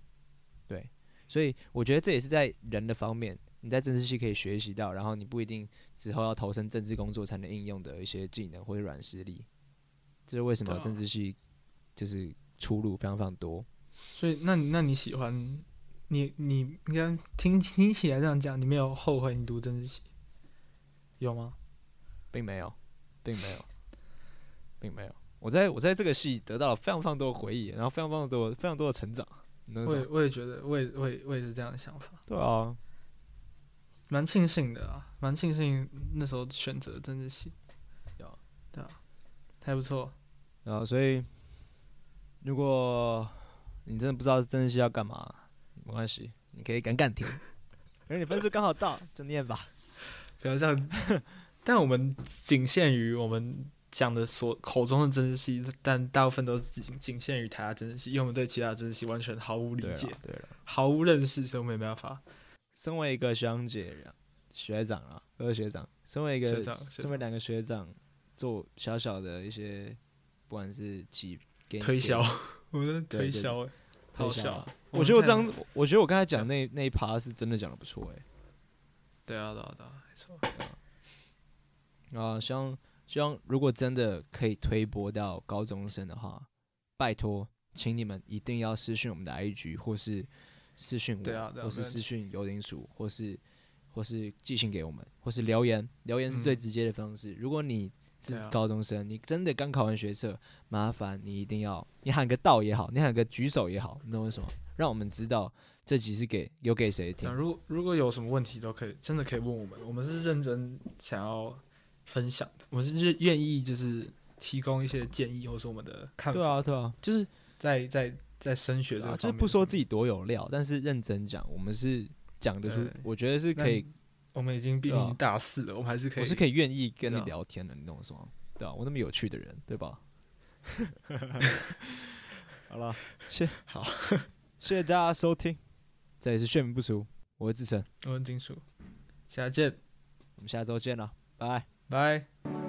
对，所以我觉得这也是在人的方面，你在政治系可以学习到，然后你不一定之后要投身政治工作才能应用的一些技能或者软实力。这是为什么
对啊
政治系就是出路非常非常多。
所以，那你那你喜欢你你应该听听起来这样讲，你没有后悔你读政治系，有吗？
并没有，并没有，并没有。我在我在这个戏得到了非常非常多的回忆，然后非常非常多非常多的成长。你能
我
懂
也我也觉得，我也我也我也是这样的想法，
对啊，
蛮庆幸的啊，蛮庆幸那时候选择政治系，
有
对啊，还不错，
然后啊所以如果你真的不知道真的是要干嘛，没关系，你可以敢敢听， 而你分数刚好到就念吧。
不要这样。 但我们仅限于我们讲的所口中的政治系，但大部分都是仅仅限于台大政治系，因为我们对其他的政治系完全毫无理
对啊
解
了，，对了，
毫无认识，所以我们也没办法。
身为一个学长姐学长啊，都是学长，身为一个
学长学
身为两个学长，做小小的一些不管是几给你
推
给
销，我们在
对
推
对
销哎， 好
推销
笑
啊
欸。
我觉得我这
们
样，我觉得我刚才讲那那一趴是真的讲的不错哎、
这样，对啊对啊对啊，没错，
啊，希望希望如果真的可以推播到高中生的话，拜托，请你们一定要私讯我们的 IG 或是私讯我，
对啊对啊
或是
没问
私
题
讯邮林鼠，或是或是寄信给我们，或是留言，留言是最
嗯
直接的方式。如果你是
对啊
高中生，你真的刚考完学测，麻烦你一定要，你喊个到也好，你喊个举手也好，你懂我意思吗？让我们知道这集是给有给谁听
那。如果如果有什么问题都可以，真的可以问我们，我们是认真想要分享的，我们是愿意就是提供一些建议或是我们的看法，
对啊，对啊，就是
在在在升学
对
这
啊
个
就是
方面，
不说自己多有料，但是认真讲，我们是讲得出
对，
我觉得是可以，
我们已经毕
对啊
竟大四了，我们还是可以，
我是可以愿意跟你
对啊
聊天的，你懂我说吗？对啊，我那么有趣的人，对吧？ 好了，谢
好，
谢谢大家收听，这里是炫明不俗，我是志成，
我们金属，下次见，
我们下周见了，拜。
拜。
「君の声が聞こえる」